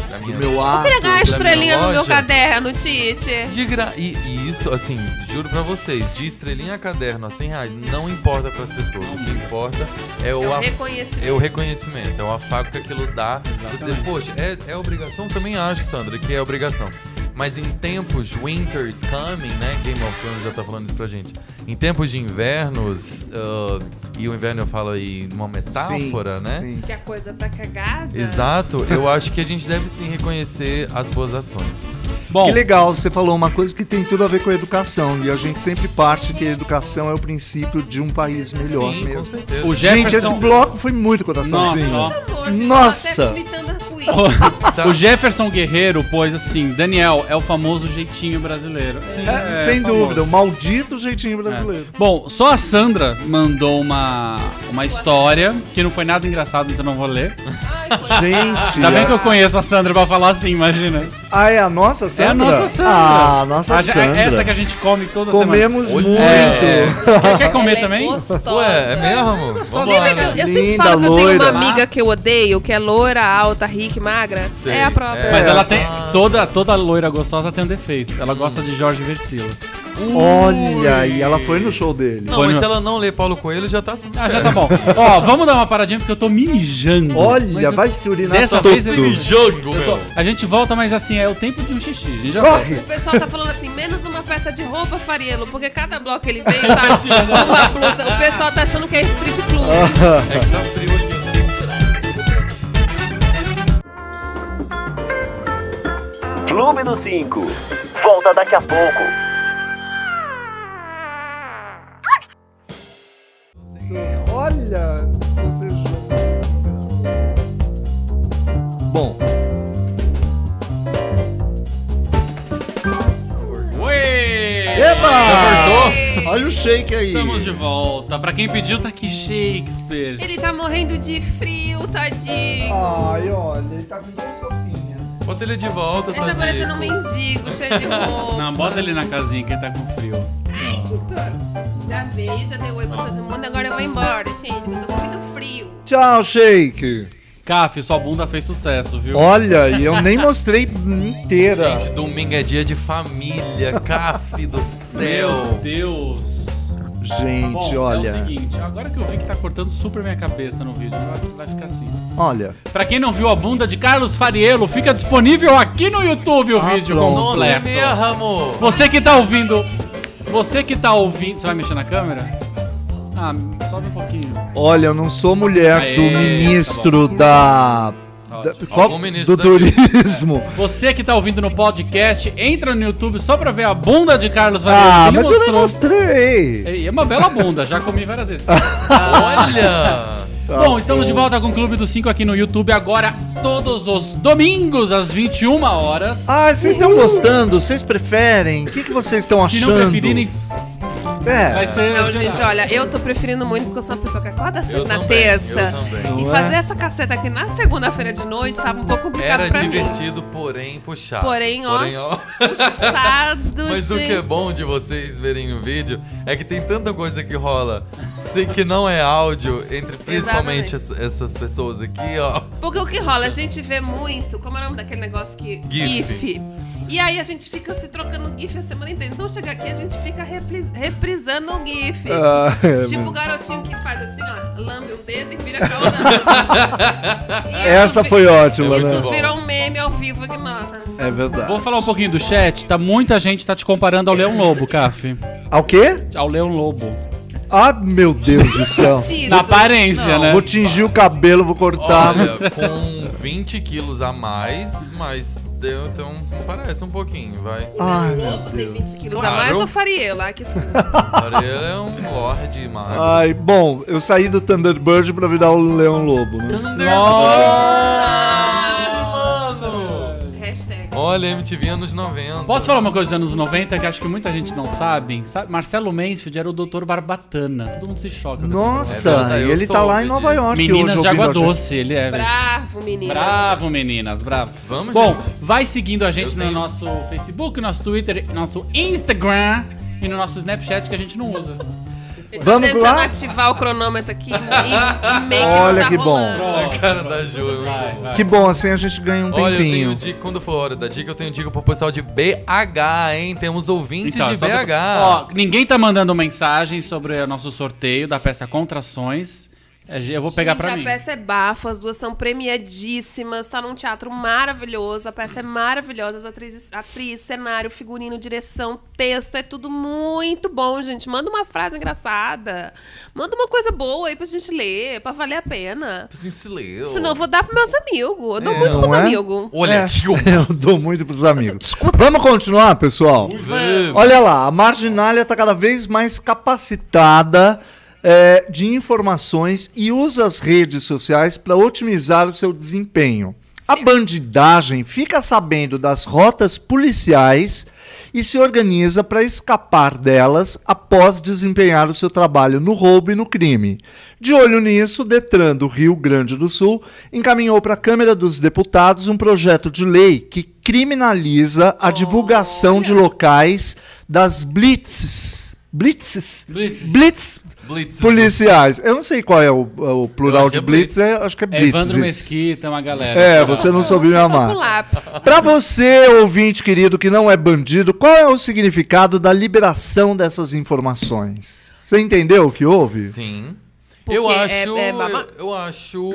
[SPEAKER 3] Da minha
[SPEAKER 5] Meu ato.
[SPEAKER 4] Queria ganhar a estrelinha no meu
[SPEAKER 3] loja.
[SPEAKER 4] caderno, Tite.
[SPEAKER 3] de gra... e, e isso, assim, juro pra vocês, de estrelinha a caderno a 100 reais não importa pras pessoas. O que importa é o,
[SPEAKER 4] Eu
[SPEAKER 3] af-
[SPEAKER 4] reconheci.
[SPEAKER 3] é o reconhecimento, é o afago que aquilo dá. Pra dizer, poxa, é, é obrigação? Também acho, Sandra, que é obrigação. Mas em tempos, winter's coming, né? Game of Thrones já tá falando isso pra gente. Em tempos de invernos, ah, e o inverno eu falo aí numa metáfora, né?
[SPEAKER 5] Sim.
[SPEAKER 4] Que a coisa tá cagada.
[SPEAKER 3] Exato, eu acho que a gente deve sim reconhecer as boas ações.
[SPEAKER 6] Bom,
[SPEAKER 5] Que legal, você falou uma coisa que tem tudo a ver com a educação. E a gente sempre parte que a educação é o princípio de um país melhor
[SPEAKER 3] sim, com
[SPEAKER 5] mesmo.
[SPEAKER 3] certeza.
[SPEAKER 6] o
[SPEAKER 5] Gente,
[SPEAKER 6] Jefferson.
[SPEAKER 5] esse bloco foi muito coraçãozinho.
[SPEAKER 6] Nossa, ó.
[SPEAKER 4] Pelo amor de Deus,
[SPEAKER 5] Nossa.
[SPEAKER 4] até gritando arco-íris.
[SPEAKER 3] Tá.
[SPEAKER 6] O Jefferson Guerreiro pôs assim: Daniel é o famoso jeitinho brasileiro.
[SPEAKER 5] É, sem
[SPEAKER 6] famoso.
[SPEAKER 5] dúvida, o maldito jeitinho brasileiro.
[SPEAKER 6] Bom, só a Sandra mandou uma, uma história que não foi nada engraçado, então não vou ler.
[SPEAKER 4] Ai, coisa.
[SPEAKER 5] Gente,
[SPEAKER 6] Ainda bem
[SPEAKER 5] é-
[SPEAKER 6] que eu conheço a Sandra pra falar assim, imagina.
[SPEAKER 5] ah, é a nossa
[SPEAKER 6] É
[SPEAKER 5] Sandra?
[SPEAKER 6] a nossa Sandra.
[SPEAKER 5] Ah, a nossa
[SPEAKER 6] A- é
[SPEAKER 5] Sandra.
[SPEAKER 6] Essa que a gente come toda semana.
[SPEAKER 5] Comemos
[SPEAKER 3] Olha.
[SPEAKER 5] muito.
[SPEAKER 6] É. Quer, quer comer
[SPEAKER 4] Ela
[SPEAKER 6] também?
[SPEAKER 4] É gostosa.
[SPEAKER 3] Ué, é mesmo? Vamos
[SPEAKER 4] Lembra que
[SPEAKER 3] lá.
[SPEAKER 4] eu, eu sempre
[SPEAKER 5] Linda,
[SPEAKER 4] falo que eu tenho
[SPEAKER 5] loira.
[SPEAKER 4] uma amiga que eu odeio, que é loira, alta, rica e magra?
[SPEAKER 3] Sei,
[SPEAKER 4] É a própria.
[SPEAKER 3] é.
[SPEAKER 6] Mas ela
[SPEAKER 3] Ah.
[SPEAKER 6] tem. Toda, toda loira gostosa tem um defeito. Ela gosta de Jorge Versilo.
[SPEAKER 5] Olha, e ela foi no show dele.
[SPEAKER 3] Não,
[SPEAKER 6] Foi
[SPEAKER 3] mas
[SPEAKER 6] no-
[SPEAKER 3] se ela não ler Paulo Coelho, já tá sucesso.
[SPEAKER 6] Ah, já tá bom. Ó, vamos dar uma paradinha porque eu tô me mijando. Mas
[SPEAKER 5] Olha,
[SPEAKER 6] eu-
[SPEAKER 5] vai se urinar
[SPEAKER 6] Dessa
[SPEAKER 5] todo.
[SPEAKER 6] vez ele
[SPEAKER 3] Jango,
[SPEAKER 6] eu
[SPEAKER 3] meu.
[SPEAKER 6] tô- A gente volta, mas assim, é o tempo de um xixi. A gente já volta.
[SPEAKER 5] Corre!
[SPEAKER 4] O pessoal tá falando assim, menos uma peça de roupa, Farielo, porque cada bloco que ele veio tá uma blusa. O pessoal tá achando que é strip club.
[SPEAKER 3] É que tá frio aqui.
[SPEAKER 2] Clube do 5. Volta daqui a pouco.
[SPEAKER 5] Olha, você Bom,
[SPEAKER 6] Uê!
[SPEAKER 5] Ah. eba!
[SPEAKER 4] Ei,
[SPEAKER 5] Olha o shake aí.
[SPEAKER 6] Estamos de volta. Pra quem pediu, tá aqui Shakespeare.
[SPEAKER 4] Ele tá morrendo de frio, tadinho.
[SPEAKER 5] Ai, olha, ele tá com duas roupinhas.
[SPEAKER 3] Bota ele de volta,
[SPEAKER 4] Ele tá
[SPEAKER 3] tadinho.
[SPEAKER 4] parecendo um mendigo, cheio de roupa.
[SPEAKER 6] Não, bota ele na casinha que ele tá com frio.
[SPEAKER 4] Já veio, já deu oi pra todo mundo, agora eu vou embora, gente. Eu tô com muito frio.
[SPEAKER 5] Tchau, shake.
[SPEAKER 6] Caf, sua bunda fez sucesso, viu? tá
[SPEAKER 5] Olha, e eu nem mostrei inteira.
[SPEAKER 3] Gente, domingo é dia de família. Caf do
[SPEAKER 6] Meu
[SPEAKER 3] céu.
[SPEAKER 6] Deus.
[SPEAKER 5] Gente,
[SPEAKER 6] Bom, é o
[SPEAKER 5] olha.
[SPEAKER 6] seguinte, agora que eu vi que tá cortando super minha cabeça no vídeo, vai, vai ficar assim.
[SPEAKER 5] olha.
[SPEAKER 6] Pra quem não viu a bunda de Carlos Fariello, fica disponível aqui no YouTube o
[SPEAKER 5] Ah,
[SPEAKER 6] vídeo
[SPEAKER 5] pronto.
[SPEAKER 3] Nossa, é
[SPEAKER 6] completo.
[SPEAKER 3] mesmo, amor.
[SPEAKER 6] Você que tá ouvindo, você que tá ouvindo, você vai mexer na câmera? Ah, sobe um pouquinho.
[SPEAKER 5] Olha, eu não sou mulher
[SPEAKER 6] Aê,
[SPEAKER 5] do
[SPEAKER 6] tá
[SPEAKER 5] ministro da.
[SPEAKER 6] Tá
[SPEAKER 5] da-
[SPEAKER 6] Ótimo.
[SPEAKER 5] qual-
[SPEAKER 3] Algum ministro
[SPEAKER 5] do
[SPEAKER 3] da-
[SPEAKER 5] turismo.
[SPEAKER 6] Você que tá ouvindo no podcast, entra no YouTube só pra ver a bunda de Carlos Varela.
[SPEAKER 5] Ah,
[SPEAKER 6] Ele
[SPEAKER 5] mas eu não
[SPEAKER 6] mostrou.
[SPEAKER 5] mostrei.
[SPEAKER 6] E é uma bela bunda, já comi várias vezes.
[SPEAKER 5] Ah,
[SPEAKER 3] Olha!
[SPEAKER 5] tá
[SPEAKER 6] Bom, estamos de volta com o Clube dos 5 aqui no YouTube agora todos os domingos às 21 horas.
[SPEAKER 5] Ah, vocês estão gostando? Vocês preferem? O que, que vocês estão
[SPEAKER 6] Uh! Se
[SPEAKER 5] achando?
[SPEAKER 6] não preferirem, vai
[SPEAKER 5] É.
[SPEAKER 6] ser
[SPEAKER 4] Não, Então, gente, olha, eu tô preferindo muito porque eu sou uma pessoa que acorda cedo
[SPEAKER 3] Eu
[SPEAKER 4] na
[SPEAKER 3] também, eu
[SPEAKER 4] terça.
[SPEAKER 3] também.
[SPEAKER 4] E
[SPEAKER 5] Não é?
[SPEAKER 4] fazer essa caceta aqui na segunda-feira de noite tava um pouco complicado
[SPEAKER 3] Era
[SPEAKER 4] pra
[SPEAKER 3] divertido, porém puxado.
[SPEAKER 4] Porém, ó.
[SPEAKER 3] Porém, ó.
[SPEAKER 4] mim. Puxado,
[SPEAKER 3] Mas o que é
[SPEAKER 4] gente.
[SPEAKER 3] bom de vocês verem o vídeo é que tem tanta coisa que rola, sei que não é áudio, entre principalmente
[SPEAKER 4] Exatamente.
[SPEAKER 3] ess- essas pessoas aqui, ó.
[SPEAKER 4] Porque o que rola, a gente vê muito, como é o nome daquele negócio que...
[SPEAKER 3] GIF.
[SPEAKER 4] E aí a gente fica se trocando GIF a semana inteira. Então chega aqui, a gente fica repris- reprisando o GIF.
[SPEAKER 5] Ah, é,
[SPEAKER 4] tipo
[SPEAKER 5] mano.
[SPEAKER 4] o garotinho que faz assim, ó, lambe o dedo e vira a cauda. Isso
[SPEAKER 5] Essa
[SPEAKER 4] vi-
[SPEAKER 5] foi ótima,
[SPEAKER 3] Isso
[SPEAKER 5] né?
[SPEAKER 4] Isso virou um meme ao vivo que nossa.
[SPEAKER 5] É verdade.
[SPEAKER 6] Vou falar um pouquinho do chat. Tá, muita gente tá te comparando ao Leão Lobo, Caf.
[SPEAKER 5] Ao quê?
[SPEAKER 6] Ao Leão Lobo.
[SPEAKER 5] Ah, meu Deus do céu.
[SPEAKER 4] Tiro.
[SPEAKER 6] Na aparência,
[SPEAKER 4] Não.
[SPEAKER 6] né?
[SPEAKER 5] Vou tingir o cabelo, vou
[SPEAKER 6] Tá.
[SPEAKER 5] cortar.
[SPEAKER 3] Olha, com 20 quilos a mais, mas deu, então parece um pouquinho, vai.
[SPEAKER 5] Ai, meu
[SPEAKER 4] Lobo tem
[SPEAKER 5] Deus.
[SPEAKER 4] 20 quilos
[SPEAKER 3] Claro.
[SPEAKER 4] a mais ou faria lá que sim.
[SPEAKER 3] Ariel é um lorde magro.
[SPEAKER 5] Ai, bom, eu saí do Thunderbird pra virar o Leão Lobo, né?
[SPEAKER 3] Nossa, mano!
[SPEAKER 4] Hashtag.
[SPEAKER 3] Olha, MTV anos 90.
[SPEAKER 6] Posso falar uma coisa dos anos 90 que acho que muita gente não sabe? Sabe, Marcelo Mansfield era o Dr. Barbatana. Todo mundo se choca. com essa
[SPEAKER 5] Nossa,
[SPEAKER 3] É verdade, eu
[SPEAKER 5] ele tá
[SPEAKER 3] soube
[SPEAKER 5] lá em Nova
[SPEAKER 3] disso.
[SPEAKER 5] York hoje
[SPEAKER 6] Meninas de
[SPEAKER 5] ouvindo
[SPEAKER 6] Água
[SPEAKER 5] a gente.
[SPEAKER 6] Doce, ele é.
[SPEAKER 4] Bravo, menino.
[SPEAKER 6] Bravo, meninas, bravo.
[SPEAKER 3] Vamos,
[SPEAKER 6] Bom,
[SPEAKER 3] gente.
[SPEAKER 6] vai seguindo a gente
[SPEAKER 3] Eu
[SPEAKER 6] no
[SPEAKER 3] tenho.
[SPEAKER 6] nosso Facebook, nosso Twitter, nosso Instagram e no nosso Snapchat que a gente não usa.
[SPEAKER 4] Eu tô
[SPEAKER 5] Vamos
[SPEAKER 4] tentando
[SPEAKER 5] lá?
[SPEAKER 4] ativar o cronômetro aqui. E, e meio que
[SPEAKER 5] Olha
[SPEAKER 4] não tá
[SPEAKER 5] que
[SPEAKER 4] rolando.
[SPEAKER 5] bom.
[SPEAKER 3] A cara da Ju. é muito
[SPEAKER 6] Vai,
[SPEAKER 3] boa.
[SPEAKER 6] vai.
[SPEAKER 5] Que bom, assim a gente ganha um
[SPEAKER 3] Olha, eu tenho
[SPEAKER 5] tempinho.
[SPEAKER 3] dica, quando for a hora da dica, eu tenho dica pro pessoal de BH, hein? Temos ouvintes
[SPEAKER 6] Então,
[SPEAKER 3] de
[SPEAKER 6] só
[SPEAKER 3] BH.
[SPEAKER 6] pra- Ó, ninguém tá mandando mensagem sobre o nosso sorteio da peça Contrações. É, Eu vou pegar
[SPEAKER 4] Gente,
[SPEAKER 6] pra
[SPEAKER 4] a
[SPEAKER 6] mim.
[SPEAKER 4] peça é bafo, as duas são premiadíssimas, tá num teatro maravilhoso, a peça é maravilhosa, as atrizes, atriz, cenário, figurino, direção, texto, é tudo muito bom, gente. Manda uma frase engraçada, manda uma coisa boa aí pra gente ler, pra valer a pena.
[SPEAKER 3] Preciso se ler. ó.
[SPEAKER 4] Senão eu vou dar pros meus amigos, eu dou
[SPEAKER 3] É,
[SPEAKER 4] muito
[SPEAKER 5] não
[SPEAKER 4] pros
[SPEAKER 5] é?
[SPEAKER 4] amigos.
[SPEAKER 3] Olha,
[SPEAKER 5] É.
[SPEAKER 3] tio.
[SPEAKER 5] Eu dou muito pros amigos. Vamos continuar, pessoal?
[SPEAKER 3] Vamos.
[SPEAKER 5] Olha lá, a marginalia está cada vez mais capacitada é, de informações e usa as redes sociais para otimizar o seu desempenho. A
[SPEAKER 4] Certo.
[SPEAKER 5] bandidagem fica sabendo das rotas policiais e se organiza para escapar delas após desempenhar o seu trabalho no roubo e no crime. De olho nisso, o Detran do Rio Grande do Sul encaminhou para a Câmara dos Deputados um projeto de lei que criminaliza a divulgação de locais das blitzes. Blitzes?
[SPEAKER 6] Blitzes.
[SPEAKER 5] Blitz
[SPEAKER 3] Blitz.
[SPEAKER 5] policiais. Eu não sei qual é o, o
[SPEAKER 3] Eu
[SPEAKER 5] plural
[SPEAKER 3] acho que
[SPEAKER 5] de
[SPEAKER 3] é
[SPEAKER 5] blitz,
[SPEAKER 3] blitz.
[SPEAKER 5] é- acho que é
[SPEAKER 6] É Evandro
[SPEAKER 5] blitzes.
[SPEAKER 6] Mesquita, uma galera.
[SPEAKER 5] É, você não soube me
[SPEAKER 4] Tô
[SPEAKER 5] amar.
[SPEAKER 4] com lápis.
[SPEAKER 5] Pra você, ouvinte querido, que não é bandido, qual é o significado da liberação dessas informações? Você entendeu o que houve?
[SPEAKER 3] Sim.
[SPEAKER 4] Porque
[SPEAKER 3] eu
[SPEAKER 4] é-
[SPEAKER 3] acho.
[SPEAKER 4] é babá-
[SPEAKER 3] eu, eu acho.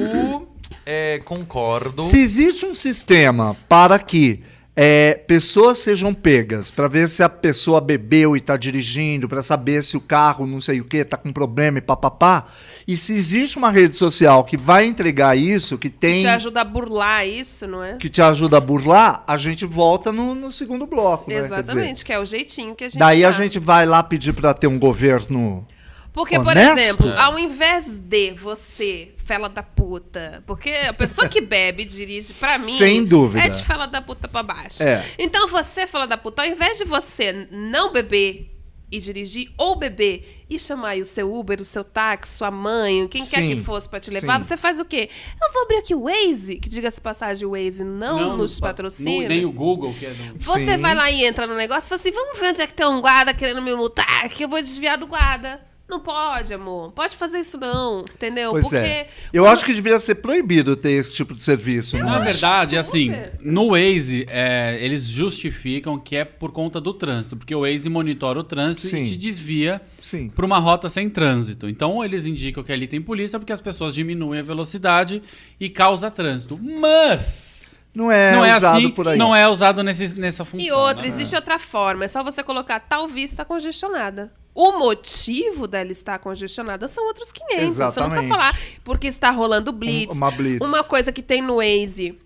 [SPEAKER 3] É, concordo.
[SPEAKER 5] Se existe um sistema para que é, pessoas sejam pegas, para ver se a pessoa bebeu e está dirigindo, para saber se o carro não sei o que está com problema e papapá, e se existe uma rede social que vai entregar isso, que tem
[SPEAKER 4] Te ajuda a burlar isso, não é?
[SPEAKER 5] que te ajuda a burlar, a gente volta no, no segundo bloco, né? Quer dizer,
[SPEAKER 4] Exatamente, que é o jeitinho que a gente
[SPEAKER 5] Daí a
[SPEAKER 4] dá.
[SPEAKER 5] gente vai lá pedir para ter um governo
[SPEAKER 4] Porque,
[SPEAKER 5] Honesto?
[SPEAKER 4] por exemplo, ao invés de você, fela da puta, porque a pessoa que bebe e dirige, pra mim,
[SPEAKER 5] Sem dúvida.
[SPEAKER 4] é de fela da puta pra baixo.
[SPEAKER 5] É.
[SPEAKER 4] Então você, fela da puta, ao invés de você não beber e dirigir, ou beber e chamar aí o seu Uber, o seu táxi, sua mãe, quem quer
[SPEAKER 5] Sim.
[SPEAKER 4] que fosse pra te levar,
[SPEAKER 5] Sim.
[SPEAKER 4] você faz o quê? Eu vou abrir aqui o Waze, que diga-se de passagem, o Waze não, nos
[SPEAKER 6] pa-
[SPEAKER 4] patrocina.
[SPEAKER 6] no- Nem o Google, que é do-
[SPEAKER 4] Você
[SPEAKER 5] Sim.
[SPEAKER 4] vai lá e entra no negócio e fala assim: vamos ver onde é que tem um guarda querendo me multar, que eu vou desviar do guarda. Não pode, amor. Pode fazer isso, não. Entendeu?
[SPEAKER 5] Pois
[SPEAKER 4] Porque.
[SPEAKER 5] é. Eu acho que deveria ser proibido ter esse tipo de serviço.
[SPEAKER 6] Na
[SPEAKER 5] né?
[SPEAKER 6] verdade,
[SPEAKER 4] super.
[SPEAKER 6] assim, no Waze, é, eles justificam que é por conta do trânsito, porque o Waze monitora o trânsito
[SPEAKER 5] Sim.
[SPEAKER 6] e te desvia
[SPEAKER 5] Sim.
[SPEAKER 6] para uma rota sem trânsito. Então, eles indicam que ali tem polícia porque as pessoas diminuem a velocidade e causa trânsito. Mas
[SPEAKER 5] Não é,
[SPEAKER 6] não é
[SPEAKER 5] usado
[SPEAKER 6] assim,
[SPEAKER 5] por aí.
[SPEAKER 6] não é usado nesse, nessa função.
[SPEAKER 4] E outra,
[SPEAKER 6] né?
[SPEAKER 4] existe outra forma. É só você colocar tal via está congestionada. O motivo dela estar congestionada são outros 500. Você não precisa
[SPEAKER 5] Exatamente. Um-
[SPEAKER 4] falar porque está rolando blitz.
[SPEAKER 5] Uma blitz.
[SPEAKER 4] Uma coisa que tem no Waze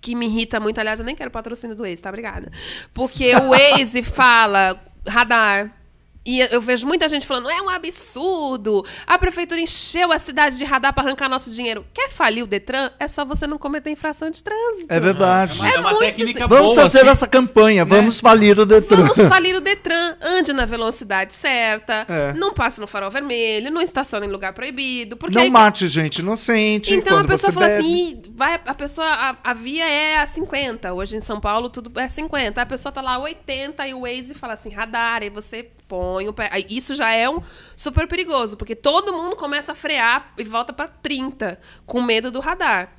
[SPEAKER 4] que me irrita muito. Aliás, eu nem quero patrocínio do Waze, tá? Obrigada. Porque o Waze fala radar. E eu vejo muita gente falando, é um absurdo. A prefeitura encheu a cidade de radar para arrancar nosso dinheiro. Quer falir o Detran? É só você não cometer infração de trânsito.
[SPEAKER 5] É verdade.
[SPEAKER 6] uma,
[SPEAKER 4] É muito
[SPEAKER 6] técnica
[SPEAKER 4] sim.
[SPEAKER 5] Vamos
[SPEAKER 6] boa,
[SPEAKER 5] fazer
[SPEAKER 6] assim.
[SPEAKER 5] essa campanha, né? vamos falir o Detran.
[SPEAKER 4] Vamos falir o Detran. Ande na velocidade certa.
[SPEAKER 5] É.
[SPEAKER 4] Não passe no farol vermelho. Não estacione em lugar proibido. Porque
[SPEAKER 5] Não
[SPEAKER 4] aí-
[SPEAKER 5] mate gente inocente.
[SPEAKER 4] Então a
[SPEAKER 5] quando
[SPEAKER 4] pessoa
[SPEAKER 5] você
[SPEAKER 4] fala
[SPEAKER 5] bebe.
[SPEAKER 4] assim, "Ih, vai, a pessoa, a, a via é a 50, hoje em São Paulo tudo é 50, a pessoa tá lá 80 e o Waze fala assim, radar, aí você põe o pé, aí isso já é um super perigoso, porque todo mundo começa a frear e volta pra 30, com medo do radar.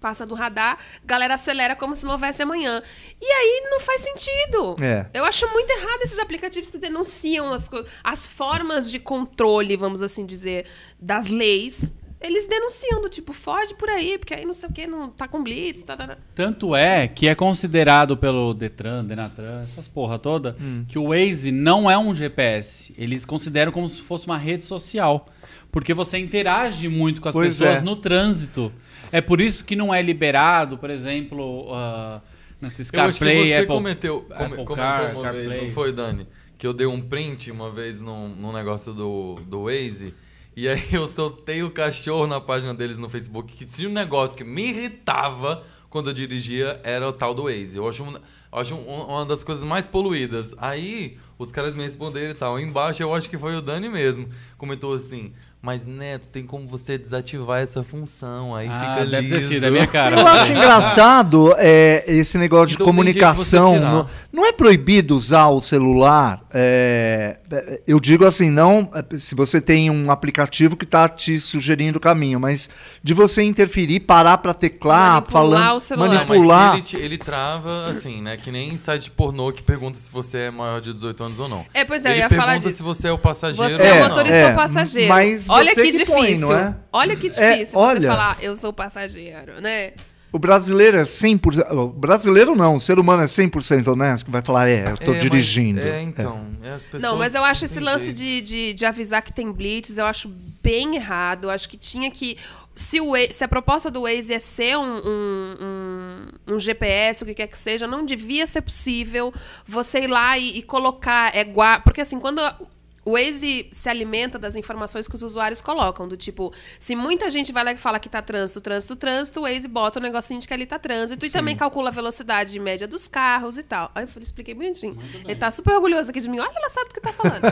[SPEAKER 4] Passa do radar, galera acelera como se não houvesse amanhã. E aí não faz sentido.
[SPEAKER 5] É.
[SPEAKER 4] Eu acho muito errado esses aplicativos que denunciam as, co- as formas de controle, vamos assim dizer, das leis. Eles denunciam do tipo, foge por aí, porque aí não sei o que, não tá com blitz, tá, tá, tá.
[SPEAKER 6] Tanto é que é considerado pelo Detran, Denatran, essas porra toda, que o Waze não é um GPS. Eles consideram como se fosse uma rede social. Porque você interage muito com as
[SPEAKER 5] Pois
[SPEAKER 6] pessoas
[SPEAKER 5] é.
[SPEAKER 6] no trânsito. É por isso que não é liberado, por exemplo, ah, nesses
[SPEAKER 3] Eu acho que
[SPEAKER 6] CarPlay,
[SPEAKER 3] você
[SPEAKER 6] Apple...
[SPEAKER 3] cometeu, come-
[SPEAKER 6] Apple
[SPEAKER 3] comentou
[SPEAKER 6] Car,
[SPEAKER 3] uma
[SPEAKER 6] CarPlay.
[SPEAKER 3] vez, não foi, Dani? Que eu dei um print uma vez num, num negócio do, do Waze. E aí eu soltei o cachorro na página deles no Facebook. Que tinha um negócio que me irritava quando eu dirigia, era o tal do Waze. Eu acho, um- eu acho um- uma das coisas mais poluídas. Aí os caras me responderam e tal. Embaixo eu acho que foi o Dani mesmo. Comentou assim... Mas, Neto, tem como você desativar essa função. Aí
[SPEAKER 6] Ah,
[SPEAKER 3] fica
[SPEAKER 6] deve
[SPEAKER 3] liso.
[SPEAKER 6] ter sido, é minha cara.
[SPEAKER 5] Eu acho engraçado é, esse negócio de
[SPEAKER 3] Então tem dia que
[SPEAKER 5] comunicação.
[SPEAKER 3] você tirar.
[SPEAKER 5] Não, não é proibido usar o celular? é, eu digo assim, não é, se você tem um aplicativo que está te sugerindo o caminho, mas de você interferir, parar para teclar,
[SPEAKER 4] Manipular o
[SPEAKER 5] falando,
[SPEAKER 4] celular.
[SPEAKER 3] Não, mas
[SPEAKER 5] manipular.
[SPEAKER 3] ele, te- ele trava, assim, né? Que nem site pornô que pergunta se você é maior de 18 anos ou não.
[SPEAKER 4] É, pois é, eu
[SPEAKER 3] ele
[SPEAKER 4] ia
[SPEAKER 3] pergunta
[SPEAKER 4] falar disso.
[SPEAKER 3] se você é o passageiro
[SPEAKER 4] Você é,
[SPEAKER 3] ou
[SPEAKER 4] o
[SPEAKER 3] não.
[SPEAKER 4] motorista
[SPEAKER 5] É,
[SPEAKER 4] ou passageiro.
[SPEAKER 5] mas
[SPEAKER 4] olha
[SPEAKER 5] você
[SPEAKER 4] que,
[SPEAKER 5] que
[SPEAKER 4] difícil.
[SPEAKER 5] põe, não é?
[SPEAKER 4] Olha que
[SPEAKER 5] É,
[SPEAKER 4] difícil você
[SPEAKER 5] olha.
[SPEAKER 4] falar, eu sou passageiro, né?
[SPEAKER 5] O brasileiro é 100%. O brasileiro não, o ser humano é 100% honesto que vai falar, é, eu
[SPEAKER 3] É,
[SPEAKER 5] estou
[SPEAKER 3] mas-
[SPEAKER 5] dirigindo.
[SPEAKER 3] É, então. é, as pessoas
[SPEAKER 4] Não, mas eu acho esse
[SPEAKER 3] têm
[SPEAKER 4] lance
[SPEAKER 3] jeito.
[SPEAKER 4] de, de, de avisar que tem blitz, eu acho bem errado. Eu acho que tinha que. Se, o Wa- se a proposta do Waze é ser um, um, um- um GPS, o que quer que seja, não devia ser possível você ir lá e, e colocar. É, gua- porque assim, quando. a- O Waze se alimenta das informações que os usuários colocam, do tipo, se muita gente vai lá e fala que tá trânsito, trânsito, trânsito, o Waze bota o negocinho de que ali tá trânsito e também calcula a velocidade média dos carros e tal. Aí eu falei, expliquei bonitinho. Ele tá super orgulhoso aqui de mim. Olha, ela sabe do que tá falando.